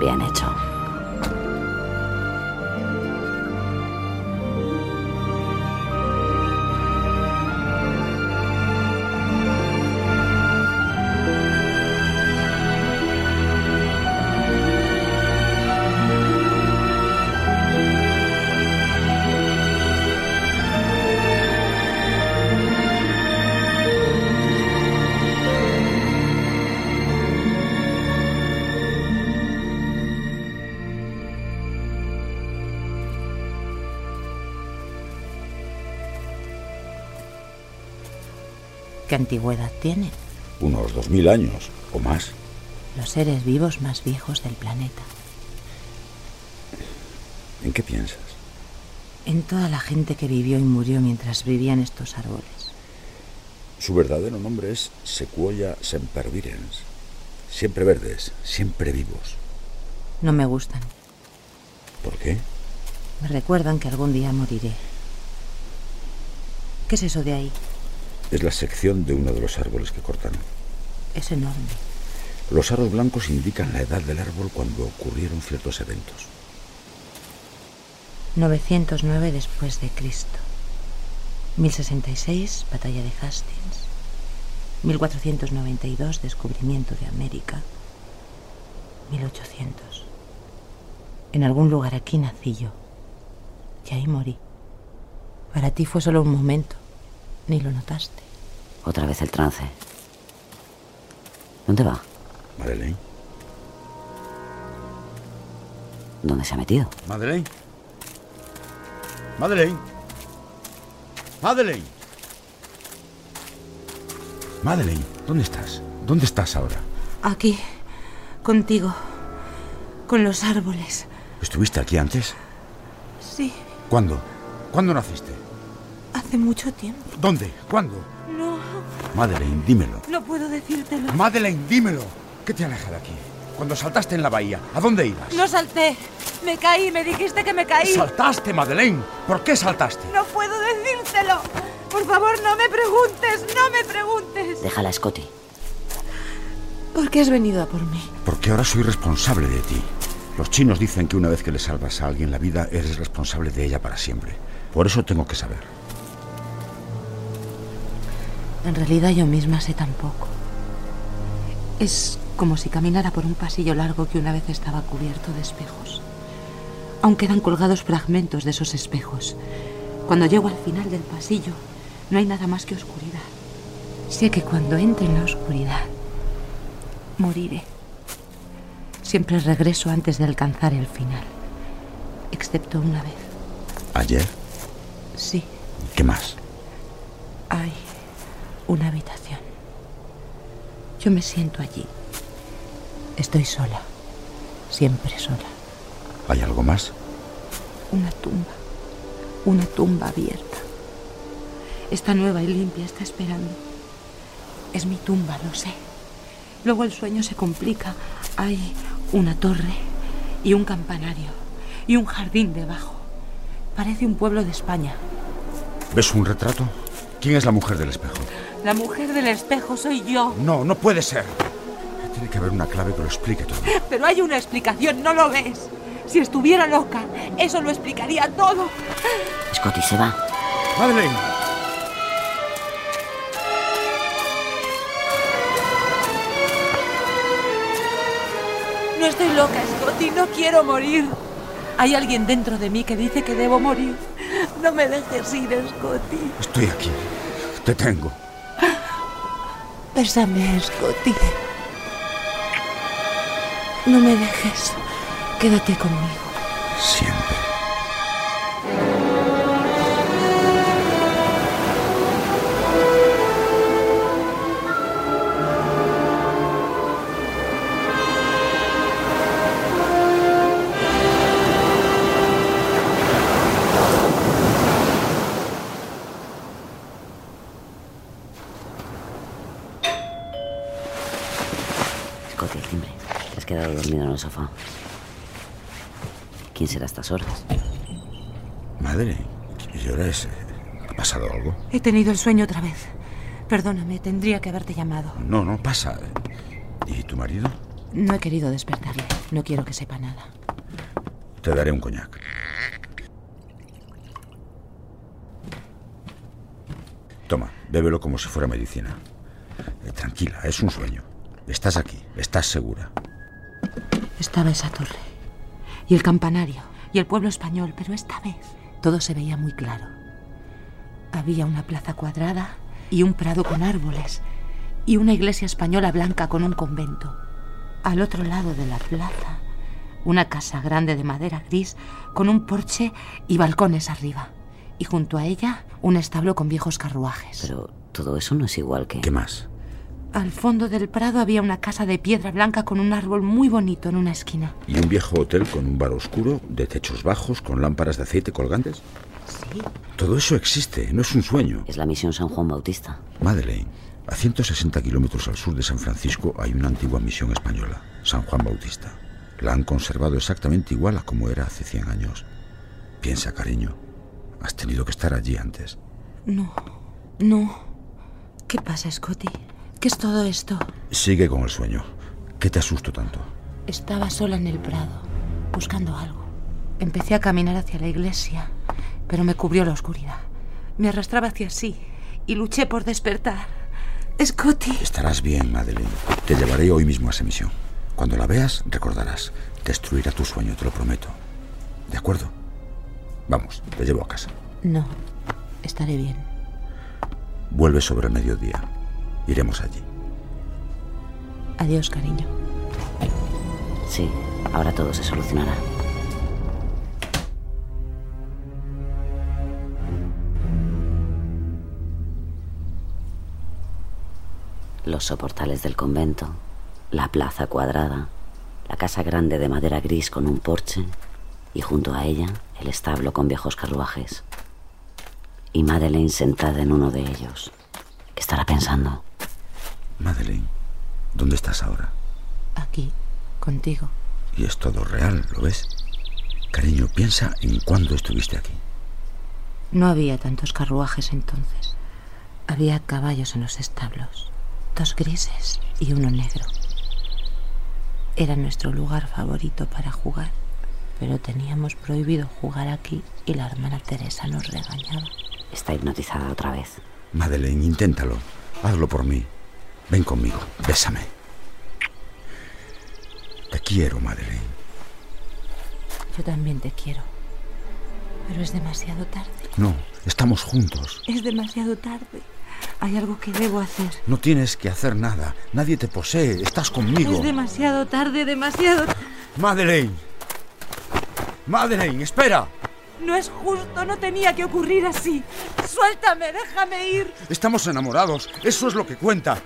S1: Bien hecho.
S11: ¿Qué antigüedad tiene?
S3: Unos dos mil años o más.
S11: Los seres vivos más viejos del planeta.
S3: ¿En qué piensas?
S11: En toda la gente que vivió y murió mientras vivían estos árboles.
S3: Su verdadero nombre es Sequoia sempervirens. Siempre verdes, siempre vivos.
S11: No me gustan.
S3: ¿Por qué?
S11: Me recuerdan que algún día moriré. ¿Qué es eso de ahí?
S3: Es la sección de uno de los árboles que cortan.
S11: Es enorme.
S3: Los aros blancos indican la edad del árbol cuando ocurrieron ciertos eventos.
S11: 909 después de Cristo. 1066, batalla de Hastings. 1492, descubrimiento de América. 1800. En algún lugar aquí nací yo. Y ahí morí. Para ti fue solo un momento. Ni lo notaste.
S1: Otra vez el trance. ¿Dónde va?
S3: Madeleine.
S1: ¿Dónde se ha metido?
S3: Madeleine. Madeleine. Madeleine. Madeleine, ¿dónde estás? ¿Dónde estás ahora?
S12: Aquí, contigo, con los árboles.
S3: ¿Estuviste aquí antes?
S12: Sí,
S3: ¿Cuándo? ¿Cuándo naciste?
S12: hace mucho tiempo.
S3: ¿Dónde? ¿Cuándo?
S12: No,
S3: Madeleine, dímelo.
S12: no puedo decírtelo.
S3: Madeleine, dímelo. ¿Qué te aleja de aquí? Cuando saltaste en la bahía, ¿a dónde ibas?
S12: No salté. Me caí, me dijiste que me caí.
S3: Saltaste, Madeleine. ¿Por qué saltaste?
S12: No puedo decírtelo. Por favor, no me preguntes, no me preguntes.
S1: Déjala, Scotty.
S12: ¿Por qué has venido a por mí?
S3: Porque ahora soy responsable de ti. Los chinos dicen que una vez que le salvas a alguien la vida, eres responsable de ella para siempre. Por eso tengo que saber.
S11: En realidad yo misma sé tampoco. Es como si caminara por un pasillo largo que una vez estaba cubierto de espejos. Aún quedan colgados fragmentos de esos espejos. Cuando llego al final del pasillo, no hay nada más que oscuridad. Sé que cuando entre en la oscuridad, moriré. Siempre regreso antes de alcanzar el final. Excepto una vez.
S3: ¿Ayer?
S11: Sí,
S3: ¿Qué más?
S11: hay una habitación. Yo me siento allí. Estoy sola. Siempre sola.
S3: ¿Hay algo más?
S11: Una tumba. Una tumba abierta. Está nueva y limpia, está esperando. Es mi tumba, lo sé. Luego el sueño se complica. Hay una torre y un campanario y un jardín debajo. Parece un pueblo de España.
S3: ¿Ves un retrato? ¿Quién es la mujer del espejo?
S12: La mujer del espejo soy yo.
S3: No, no puede ser. Tiene que haber una clave que lo explique todo.
S12: Pero hay una explicación, ¿no lo ves? Si estuviera loca, eso lo explicaría todo.
S1: Scotty se va.
S3: Madeleine.
S12: No estoy loca, Scotty, no quiero morir. Hay alguien dentro de mí que dice que debo morir. No me dejes ir, Scotty.
S3: Estoy aquí. Te tengo.
S12: Pésame, Scotty. No me dejes. Quédate conmigo.
S3: Siempre.
S1: dormido en el sofá. ¿Quién será a estas horas?
S3: Madre, ¿qué hora es? ¿Ha pasado algo?
S11: He tenido el sueño otra vez. Perdóname, tendría que haberte llamado.
S3: No, no pasa. ¿Y tu marido?
S11: No he querido despertarle. No quiero que sepa nada.
S3: Te daré un coñac. Toma, bébelo como si fuera medicina. Eh, tranquila, es un sueño. Estás aquí, estás segura.
S11: Estaba esa torre. Y el campanario. Y el pueblo español. Pero esta vez todo se veía muy claro. Había una plaza cuadrada y un prado con árboles. Y una iglesia española blanca con un convento. Al otro lado de la plaza, una casa grande de madera gris con un porche y balcones arriba. Y junto a ella, un establo con viejos carruajes.
S1: Pero todo eso no es igual que...
S3: ¿Qué más?
S11: Al fondo del prado había una casa de piedra blanca con un árbol muy bonito en una esquina.
S3: ¿Y un viejo hotel con un bar oscuro, de techos bajos, con lámparas de aceite colgantes?
S11: Sí.
S3: Todo eso existe, no es un sueño.
S1: Es la misión San Juan Bautista.
S3: Madeleine, a 160 kilómetros al sur de San Francisco hay una antigua misión española, San Juan Bautista. La han conservado exactamente igual a como era hace 100 años. Piensa, cariño, has tenido que estar allí antes.
S11: No, no. ¿Qué pasa, Scotty? ¿Qué es todo esto?
S3: Sigue con el sueño. ¿Qué te asusto tanto?
S11: Estaba sola en el prado, buscando algo. Empecé a caminar hacia la iglesia, pero me cubrió la oscuridad. Me arrastraba hacia sí y luché por despertar. Scotty.
S3: Estarás bien, Madeleine. Te llevaré hoy mismo a esa misión. Cuando la veas, recordarás. Destruirá tu sueño, te lo prometo. ¿De acuerdo? Vamos, te llevo a casa.
S11: No, estaré bien.
S3: Vuelve sobre el mediodía. Iremos allí.
S11: Adiós, cariño.
S1: Sí, ahora todo se solucionará. Los soportales del convento, la plaza cuadrada, la casa grande de madera gris con un porche y junto a ella el establo con viejos carruajes. Y Madeleine sentada en uno de ellos. ¿Qué estará pensando?
S3: Madeleine, ¿dónde estás ahora?
S11: Aquí, contigo.
S3: Y es todo real, ¿lo ves? Cariño, piensa en cuándo estuviste aquí.
S11: No había tantos carruajes entonces. Había caballos en los establos, dos grises y uno negro. Era nuestro lugar favorito para jugar pero teníamos prohibido jugar aquí y la hermana Teresa nos regañaba.
S1: Está hipnotizada otra vez.
S3: Madeleine, inténtalo. Hazlo por mí. Ven conmigo. Bésame. Te quiero, Madeleine.
S11: Yo también te quiero. Pero es demasiado tarde.
S3: No, estamos juntos.
S11: Es demasiado tarde. Hay algo que debo hacer.
S3: No tienes que hacer nada. Nadie te posee. Estás conmigo.
S11: Es demasiado tarde, demasiado.
S3: Madeleine. Madeleine, espera.
S12: No es justo, no tenía que ocurrir así. Suéltame, déjame ir.
S3: Estamos enamorados, eso es lo que cuenta.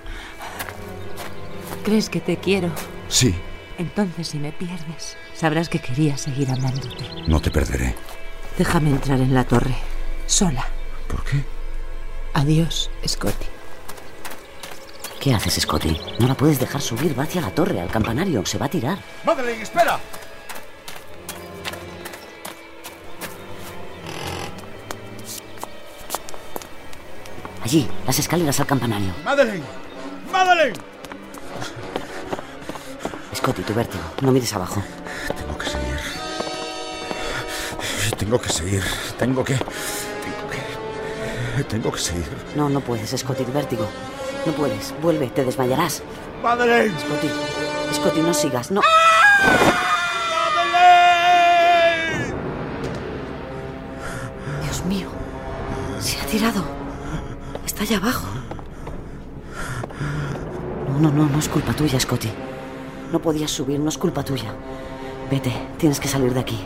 S11: ¿Crees que te quiero?
S3: Sí.
S11: Entonces si me pierdes, sabrás que quería seguir amándote.
S3: No te perderé.
S11: Déjame entrar en la torre, sola.
S3: ¿Por qué?
S11: Adiós, Scotty.
S1: ¿Qué haces, Scotty? No la puedes dejar subir, va hacia la torre, al campanario, se va a tirar.
S3: Madeleine, espera.
S1: Allí, las escaleras al campanario.
S3: ¡Madeleine! ¡Madeleine!
S1: Scotty, tu vértigo. No mires abajo.
S3: Tengo que seguir. Tengo que seguir. Tengo que. Tengo que. Tengo que seguir.
S1: No, no puedes, Scotty, tu vértigo. No puedes. Vuelve, te desmayarás.
S3: ¡Madeleine!
S1: Scotty. Scotty, no sigas, no.
S3: ¡Madeleine!
S1: Dios mío. Se ha tirado. Está allá abajo. No, no, no, no es culpa tuya, Scotty. No podías subir, no es culpa tuya. Vete, tienes que salir de aquí.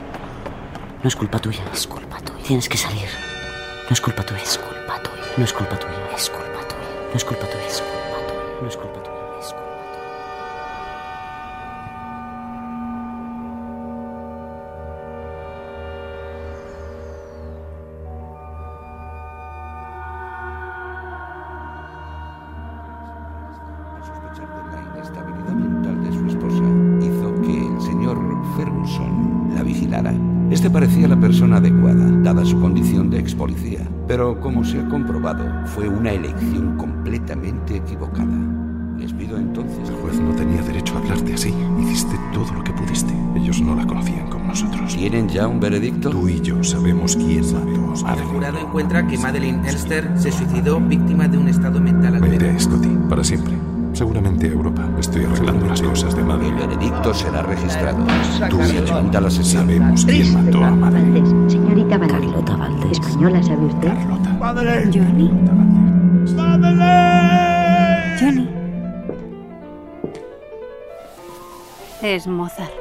S1: No es culpa tuya.
S11: Es culpa tuya.
S1: Tienes que salir. No es culpa tuya.
S11: Es culpa tuya.
S1: No es culpa tuya.
S11: Es culpa tuya.
S1: No es culpa tuya.
S11: Es culpa tuya.
S1: No es culpa tuya.
S11: Es culpa tuya.
S13: sospechar de la inestabilidad mental de su esposa hizo que Este parecía la persona adecuada, dada su condición de ex policía, pero como se ha comprobado, fue una elección completamente equivocada. Les pido entonces.
S7: El juez no tenía derecho a hablarte así. Hiciste todo lo que pudiste. Ellos no la conocían como nosotros.
S13: ¿Tienen ya un veredicto?
S7: Tú y yo sabemos quién mató a
S14: El jurado encuentra que Madeleine Elster se suicidó víctima de un estado mental
S7: Me
S14: alterado.
S7: iré, Scotty, para siempre. Seguramente a Europa. Estoy arreglando las cosas de madre.
S13: El veredicto será registrado. Tú y ayunta al asesino.
S7: Sabemos quién mató a madre.
S15: Señorita Valdés. Carlota Valdés. Española, ¿sabe usted?
S5: Johnny. Johnny. Es Mozart.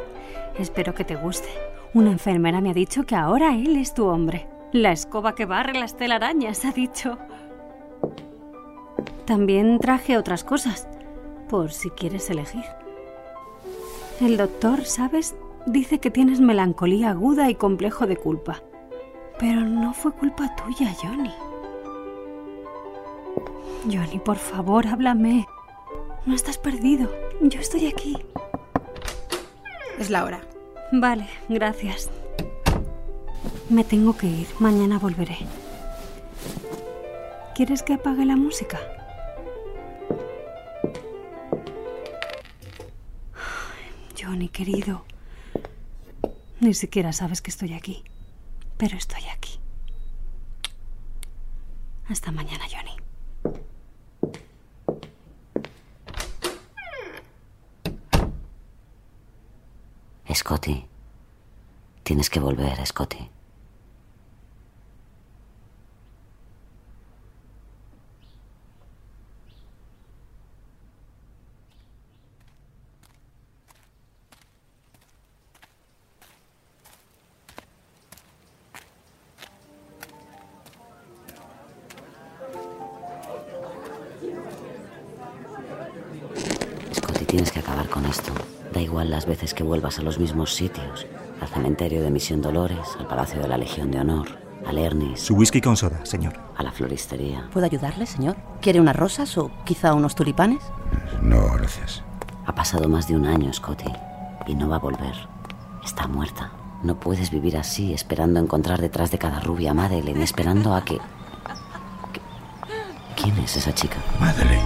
S5: Espero que te guste. Una enfermera me ha dicho que ahora él es tu hombre. La escoba que barre las telarañas, ha dicho. También traje otras cosas, por si quieres elegir. El doctor, ¿sabes? Dice que tienes melancolía aguda y complejo de culpa. Pero no fue culpa tuya, Johnny. Johnny, por favor, háblame. No estás perdido. Yo estoy aquí.
S16: Es la hora.
S5: Vale, gracias. Me tengo que ir. Mañana volveré. ¿Quieres que apague la música? Ay, Johnny, querido. Ni siquiera sabes que estoy aquí. Pero estoy aquí. Hasta mañana, Johnny.
S1: Scotty. Tienes que volver, Scotty. Scotty, tienes que acabar con esto. Da igual las veces que vuelvas a los mismos sitios. Al cementerio de Misión Dolores, al Palacio de la Legión de Honor, al Ernis,
S8: Su whisky con soda, señor.
S1: a la floristería.
S10: ¿Puedo ayudarle, señor? ¿Quiere unas rosas o quizá unos tulipanes?
S1: No, gracias. Ha pasado más de un año, Scotty, y no va a volver. Está muerta. No puedes vivir así, esperando encontrar detrás de cada rubia a Madeleine, esperando a que... que- ¿Quién es esa chica? Madeleine.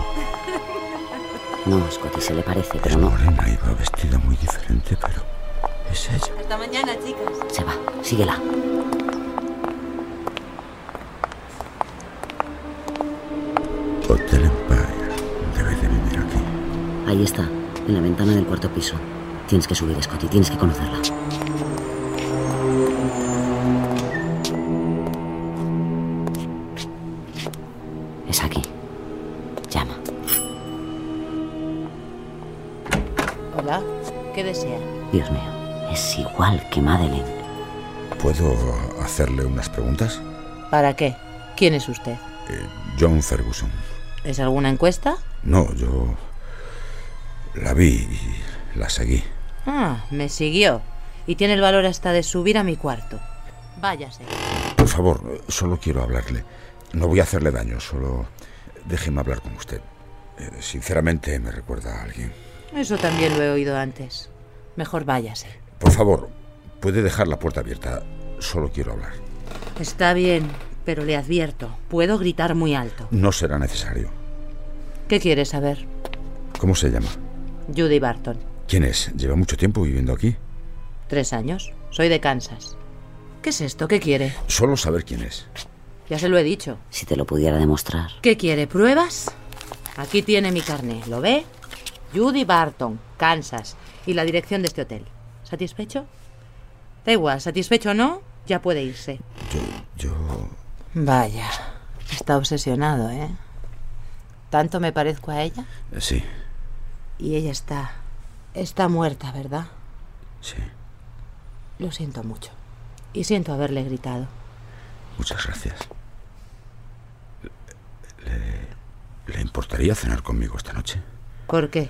S1: No, Scotty, se le parece, pero no.
S3: Morena iba vestida muy diferente, pero es ella.
S12: Hasta mañana, chicas.
S1: Se va, síguela.
S3: Hotel Empire. Debe de vivir aquí.
S1: Ahí está, en la ventana del cuarto piso. Tienes que subir, Scotty, tienes que conocerla. Es aquí. Llama.
S10: Hola. ¿Qué desea?
S1: Dios mío, es igual que Madeleine.
S3: ¿Puedo hacerle unas preguntas?
S10: ¿Para qué? ¿Quién es usted?
S3: John Ferguson.
S10: ¿Es alguna encuesta?
S3: No, yo la vi y la seguí.
S10: Ah, me siguió. Y tiene el valor hasta de subir a mi cuarto. Váyase.
S3: Por favor, solo quiero hablarle. No voy a hacerle daño, solo déjeme hablar con usted. Eh, Sinceramente me recuerda a alguien.
S10: Eso también lo he oído antes. Mejor váyase.
S3: Por favor, puede dejar la puerta abierta. Solo quiero hablar.
S10: Está bien, pero le advierto, puedo gritar muy alto.
S3: No será necesario.
S10: ¿Qué quiere saber?
S3: ¿Cómo se llama?
S10: Judy Barton.
S3: ¿Quién es? ¿Lleva mucho tiempo viviendo aquí?
S10: Tres años. Soy de Kansas. ¿Qué es esto? ¿Qué quiere?
S3: Solo saber quién es.
S10: Ya se lo he dicho.
S1: Si te lo pudiera demostrar.
S10: ¿Qué quiere? ¿Pruebas? Aquí tiene mi carné. ¿Lo ve? Judy Barton, Kansas. Y la dirección de este hotel. ¿Satisfecho? Da igual, satisfecho o no, ya puede irse. Vaya, está obsesionado, ¿eh? ¿Tanto me parezco a ella?
S3: Eh, Sí,
S10: Y ella está... Está muerta, ¿verdad?
S3: sí.
S10: Lo siento mucho. Y siento haberle gritado.
S3: Muchas gracias. ¿Le, le importaría cenar conmigo esta noche?
S10: ¿Por qué?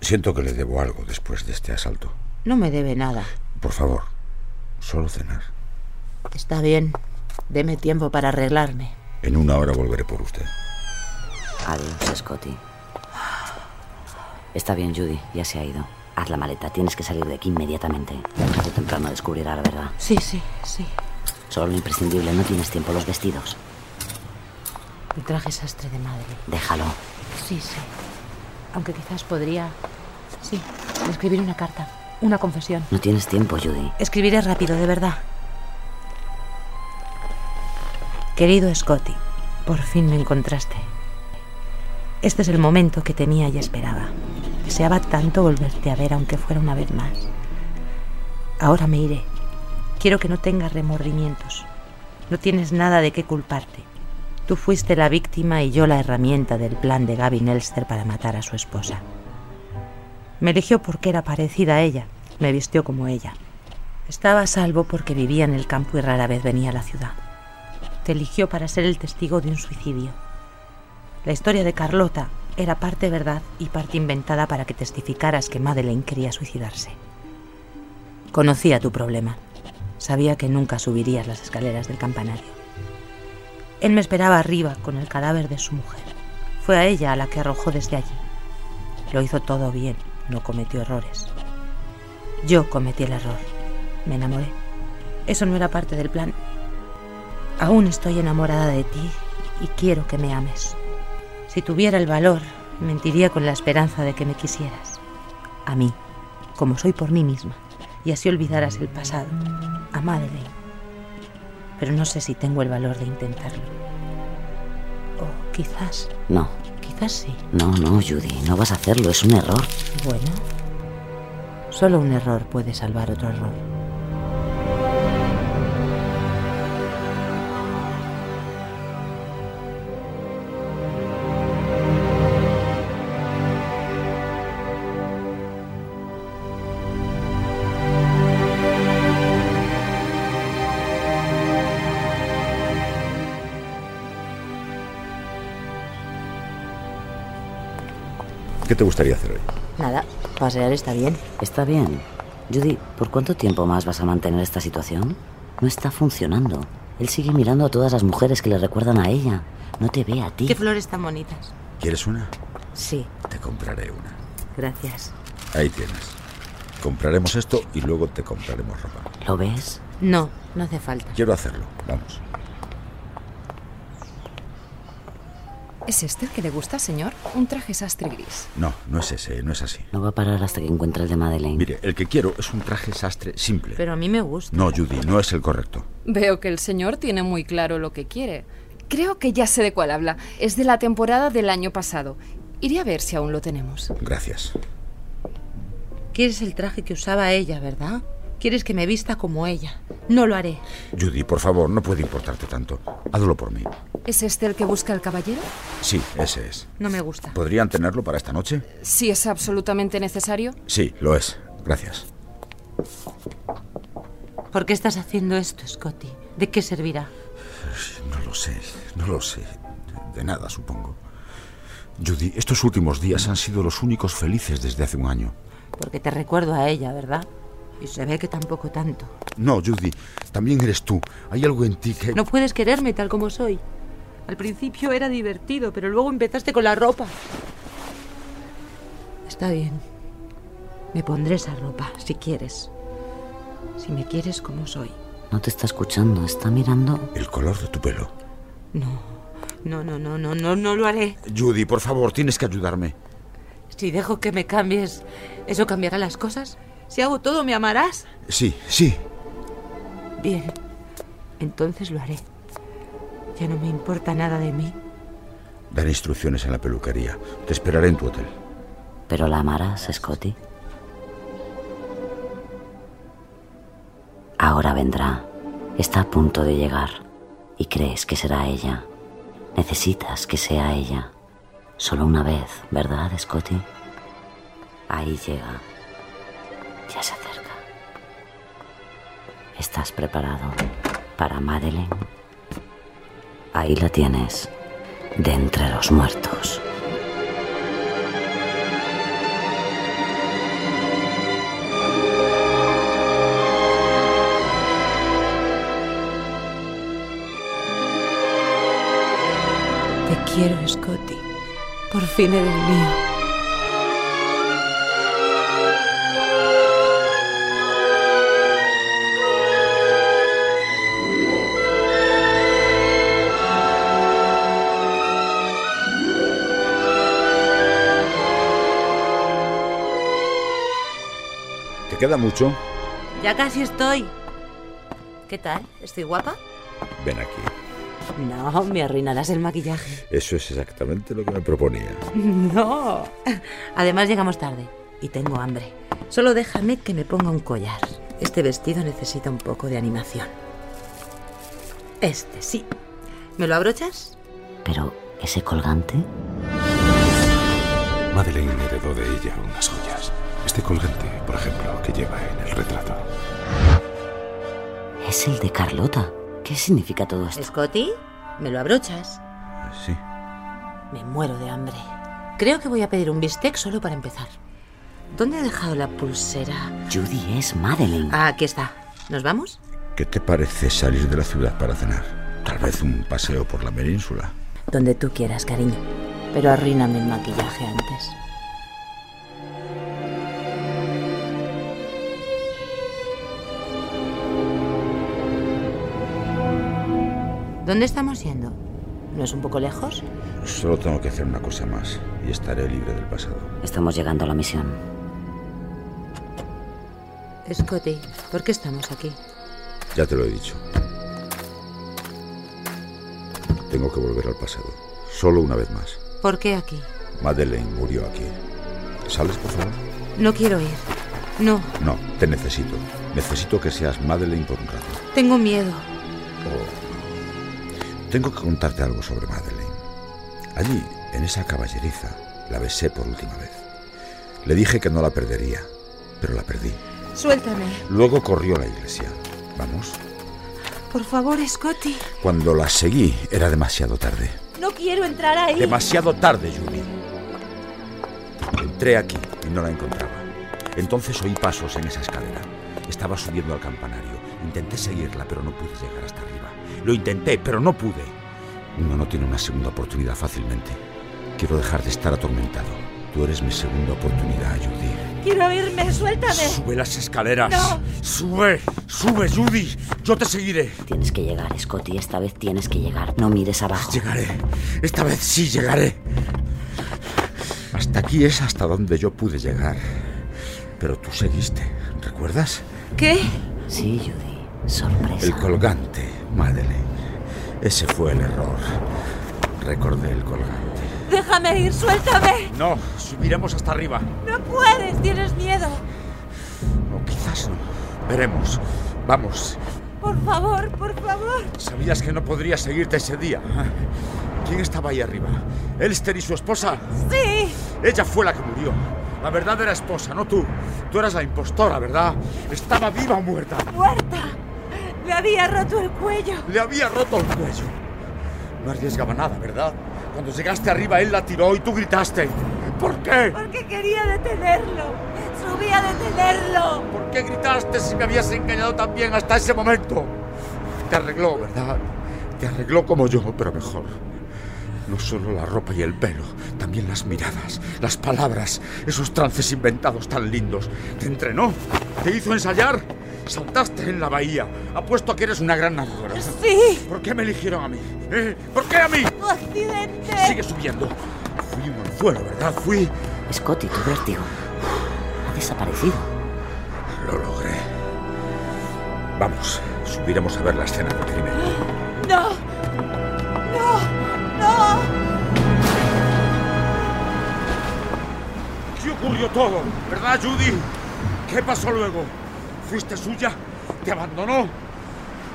S3: Siento que le debo algo después de este asalto.
S10: No me debe nada.
S3: Por favor, solo cenar.
S10: Está bien. Deme tiempo para arreglarme.
S3: En una hora volveré por usted.
S1: Adiós, Scotty. Está bien, Judy, ya se ha ido. Haz la maleta, tienes que salir de aquí inmediatamente. Tarde o temprano descubrirá la verdad.
S11: Sí, sí, sí.
S1: Solo lo imprescindible, no tienes tiempo, los vestidos.
S10: Mi traje sastre de madre.
S1: Déjalo.
S10: Sí, sí. Aunque quizás podría. Sí, escribir una carta. Una confesión.
S1: No tienes tiempo, Judy.
S10: Escribiré rápido, de verdad. Querido Scotty, por fin me encontraste. Este es el momento que temía y esperaba. Deseaba tanto volverte a ver, aunque fuera una vez más. Ahora me iré. Quiero que no tengas remordimientos. No tienes nada de qué culparte. Tú fuiste la víctima y yo la herramienta del plan de Gavin Elster para matar a su esposa. Me eligió porque era parecida a ella. Me vistió como ella. Estaba a salvo porque vivía en el campo y rara vez venía a la ciudad. Te eligió para ser el testigo de un suicidio. La historia de Carlota era parte verdad y parte inventada para que testificaras que Madeleine quería suicidarse. Conocía tu problema. Sabía que nunca subirías las escaleras del campanario. Él me esperaba arriba con el cadáver de su mujer. Fue a ella a la que arrojó desde allí. Lo hizo todo bien, no cometió errores. Yo cometí el error. Me enamoré. Eso no era parte del plan. Aún estoy enamorada de ti y quiero que me ames. Si tuviera el valor, mentiría con la esperanza de que me quisieras. A mí, como soy por mí misma, y así olvidaras el pasado, a Madeleine. Pero no sé si tengo el valor de intentarlo. O quizás,
S1: No,
S10: quizás sí.
S1: no, no, Judy, no vas a hacerlo, es un error.
S10: Bueno, solo un error puede salvar otro error.
S3: ¿Qué te gustaría hacer hoy?
S10: Nada, pasear está bien.
S1: Está bien. Judy, ¿por cuánto tiempo más vas a mantener esta situación? No está funcionando. Él sigue mirando a todas las mujeres que le recuerdan a ella. No te ve a ti.
S10: ¿Qué flores tan bonitas?
S3: ¿Quieres una?
S10: Sí,
S3: Te compraré una.
S10: gracias.
S3: Ahí tienes. Compraremos esto y luego te compraremos ropa.
S1: ¿Lo ves?
S10: No, no hace falta.
S3: Quiero hacerlo. Vamos.
S17: ¿Es este el que le gusta, señor? Un traje sastre gris.
S3: No, no es ese, no es así.
S1: No va a parar hasta que encuentre el de Madeleine.
S3: Mire, el que quiero es un traje sastre simple.
S17: Pero a mí me gusta.
S3: No, Judy, no es el correcto.
S17: Veo que el señor tiene muy claro lo que quiere. Creo que ya sé de cuál habla. Es de la temporada del año pasado. Iré a ver si aún lo tenemos.
S3: Gracias.
S10: Quieres el traje que usaba ella, ¿verdad? Quieres que me vista como ella. No lo haré.
S3: Judy, por favor, no puede importarte tanto. Hazlo por mí.
S17: ¿Es este el que busca el caballero?
S3: Sí, ese es.
S17: No me gusta.
S3: ¿Podrían tenerlo para esta noche?
S17: Si es absolutamente necesario.
S3: Sí, lo es. Gracias.
S10: ¿Por qué estás haciendo esto, Scotty? ¿De qué servirá?
S3: No lo sé, no lo sé. De nada, supongo. Judy, estos últimos días han sido los únicos felices desde hace un año.
S10: Porque te recuerdo a ella, ¿verdad? Y se ve que tampoco tanto.
S3: No, Judy, también eres tú. Hay algo en ti que...
S10: No puedes quererme tal como soy. Al principio era divertido, pero luego empezaste con la ropa. Está bien. Me pondré esa ropa, si quieres. Si me quieres como soy.
S1: No te está escuchando, está mirando.
S3: El color de tu pelo.
S10: No, no, no, no, no, no lo haré.
S3: Judy, por favor, tienes que ayudarme.
S10: Si dejo que me cambies, ¿eso cambiará las cosas? Si hago todo, ¿me amarás?
S3: Sí, sí.
S10: Bien. Entonces lo haré. Ya no me importa nada de mí.
S3: Dar instrucciones en la peluquería. Te esperaré en tu hotel.
S1: ¿Pero la amarás, Scotty? Ahora vendrá. Está a punto de llegar. Y crees que será ella. Necesitas que sea ella. Solo una vez, ¿verdad, Scotty? Ahí llega. Ya se acerca. ¿Estás preparado para Madeleine? Ahí la tienes. De entre los muertos.
S10: Te quiero, Scotty. Por fin eres mío.
S3: ¿Te queda mucho?
S10: Ya casi estoy. ¿Qué tal? ¿Estoy guapa?
S3: Ven aquí.
S10: No, me arruinarás el maquillaje.
S3: Eso es exactamente lo que me proponía.
S10: No. Además llegamos tarde y tengo hambre. Solo déjame que me ponga un collar. Este vestido necesita un poco de animación. Este, sí. ¿Me lo abrochas?
S1: Pero, ¿ese colgante?
S7: Madeleine heredó de ella unas joyas. Este colgante, por ejemplo, que lleva en el retrato.
S1: Es el de Carlota. ¿Qué significa todo esto?
S10: Scotty, ¿me lo abrochas?
S3: Sí.
S10: Me muero de hambre. Creo que voy a pedir un bistec solo para empezar. ¿Dónde he dejado la pulsera?
S1: Judy es Madeleine.
S10: Ah, aquí está. ¿Nos vamos?
S3: ¿Qué te parece salir de la ciudad para cenar? Tal vez un paseo por la península.
S10: Donde tú quieras, cariño. Pero arruíname el maquillaje antes. ¿Dónde estamos yendo? ¿No es un poco lejos?
S3: Solo tengo que hacer una cosa más y estaré libre del pasado.
S1: Estamos llegando a la misión.
S10: Scotty, ¿por qué estamos aquí?
S3: Ya te lo he dicho. Tengo que volver al pasado. Solo una vez más.
S10: ¿Por qué aquí?
S3: Madeleine murió aquí. ¿Sales, por favor?
S10: No quiero ir. No,
S3: No, te necesito. Necesito que seas Madeleine por un rato.
S10: tengo miedo.
S3: Oh. Tengo que contarte algo sobre Madeleine. Allí, en esa caballeriza, la besé por última vez. Le dije que no la perdería, pero la perdí.
S12: Suéltame.
S3: Luego corrió a la iglesia. Vamos.
S12: Por favor, Scotty.
S3: Cuando la seguí, era demasiado tarde.
S12: No quiero entrar ahí.
S3: Demasiado tarde, Judy. Entré aquí y no la encontraba. Entonces oí pasos en esa escalera. Estaba subiendo al campanario. Intenté seguirla, pero no pude llegar hasta arriba. Lo intenté, pero no pude. Uno no tiene una segunda oportunidad fácilmente. Quiero dejar de estar atormentado. Tú eres mi segunda oportunidad, Judy.
S12: Quiero irme, suéltame.
S3: Sube las escaleras.
S12: No.
S3: Sube, sube, Judy. Yo te seguiré.
S1: Tienes que llegar, Scotty. Esta vez tienes que llegar. No mires abajo.
S3: Llegaré. Esta vez sí llegaré. Hasta aquí es hasta donde yo pude llegar. Pero tú seguiste, ¿recuerdas?
S12: ¿Qué?
S1: Sí, Judy. Sorpresa.
S3: El colgante, Madeleine. Ese fue el error. Recordé el colgante.
S12: Déjame ir, suéltame.
S3: No, subiremos hasta arriba.
S12: No puedes, tienes miedo.
S3: O quizás no. Veremos. Vamos.
S12: Por favor, por favor.
S3: Sabías que no podría seguirte ese día. ¿Quién estaba ahí arriba? ¿Elster y su esposa?
S12: Sí.
S3: Ella fue la que murió. La verdadera esposa, no tú. Tú eras la impostora, ¿verdad? ¿Estaba viva o muerta?
S12: Muerta. Le había roto el cuello.
S3: Le había roto el cuello. No arriesgaba nada, ¿verdad? Cuando llegaste arriba, él la tiró y tú gritaste. ¿Por qué?
S12: Porque quería detenerlo. Subí a detenerlo.
S3: ¿Por qué gritaste si me habías engañado tan bien hasta ese momento? Te arregló, ¿verdad? Te arregló como yo, pero mejor. No solo la ropa y el pelo, también las miradas, las palabras, esos trances inventados tan lindos. Te entrenó, te hizo ensayar, saltaste en la bahía. Apuesto a que eres una gran nadadora.
S12: Sí.
S3: ¿Por qué me eligieron a mí? ¿Eh? ¿Por qué a mí?
S12: Tu accidente.
S3: Sigue subiendo. Fui un anzuelo, ¿verdad? Fui.
S1: Scotty, tu vértigo. Ha desaparecido.
S3: Lo logré. Vamos, subiremos a ver la escena del crimen.
S12: No. No. No.
S3: ¿Qué ocurrió todo? ¿Verdad, Judy? ¿Qué pasó luego? ¿Fuiste suya? ¿Te abandonó?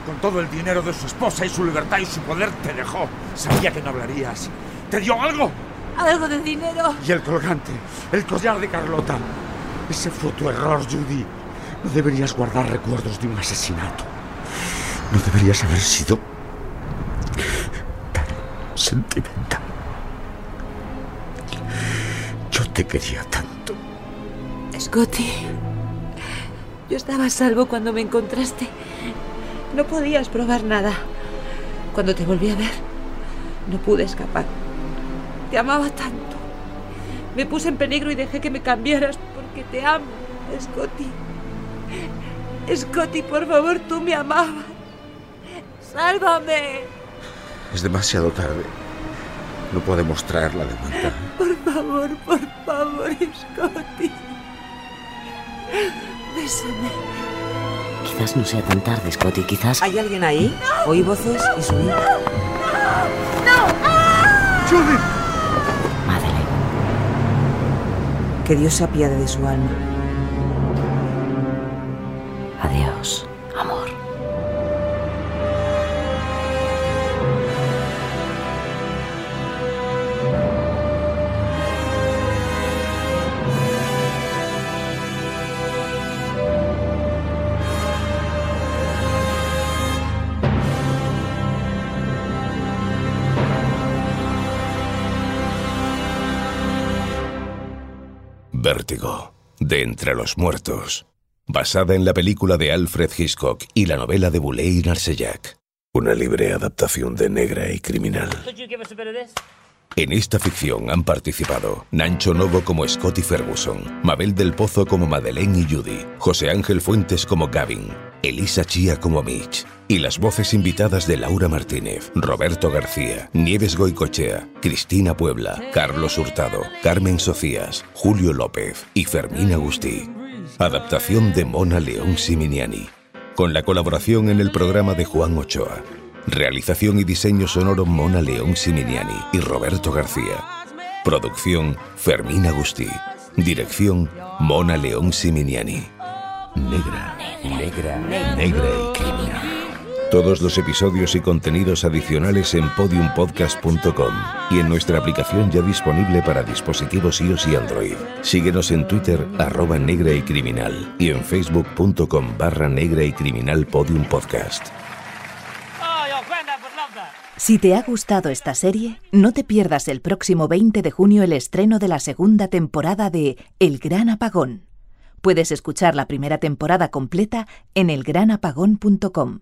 S3: Con todo el dinero de su esposa y su libertad y su poder te dejó. Sabía que no hablarías. ¿Te dio algo?
S12: Algo de dinero.
S3: Y el colgante, el collar de Carlota. Ese fue tu error, Judy. No deberías guardar recuerdos de un asesinato. No deberías haber sido tan sentimental. Yo te quería tanto.
S12: Scotty. Yo estaba a salvo cuando me encontraste. No podías probar nada. Cuando te volví a ver, no pude escapar. Te amaba tanto. Me puse en peligro y dejé que me cambiaras porque te amo, Scotty. Scotty, por favor, tú me amabas. Sálvame,
S3: Es demasiado tarde. No podemos traerla de vuelta.
S12: por favor, por favor, Scotty.
S5: Bésame.
S1: Quizás no sea tan tarde, Scotty, quizás...
S11: ¿Hay alguien ahí? Oí voces y subí.
S18: ¡Judith!
S11: Que Dios se apiade de su alma.
S1: Adiós, amor.
S3: Vértigo, de Entre los Muertos, basada en la película de Alfred Hitchcock y la novela de Boulay Narsellac. Una libre adaptación de Negra y Criminal.
S19: Could you give us a bit of this?
S3: En esta ficción han participado Nancho Novo como Scotty Ferguson, Mabel del Pozo como Madeleine y Judy, José Ángel Fuentes como Gavin, Elisa Chía como Mitch, y las voces invitadas de Laura Martínez, Roberto García, Nieves Goicochea, Cristina Puebla, Carlos Hurtado, Carmen Socias, Julio López y Fermín Agustí. Adaptación de Mona León Siminiani, con la colaboración en el programa de Juan Ochoa. Realización y diseño sonoro Mona León Siminiani y Roberto García. Producción Fermín Agustí. Dirección Mona León Siminiani. Negra, negra, negra y criminal. Todos los episodios y contenidos adicionales en podiumpodcast.com y en nuestra aplicación ya disponible para dispositivos iOS y Android. Síguenos en Twitter arroba negra y criminal y en facebook.com barra negra y criminal podium podcast.
S10: Si te ha gustado esta serie, no te pierdas el próximo 20 de junio el estreno de la segunda temporada de El Gran Apagón. Puedes escuchar la primera temporada completa en elgranapagón.com.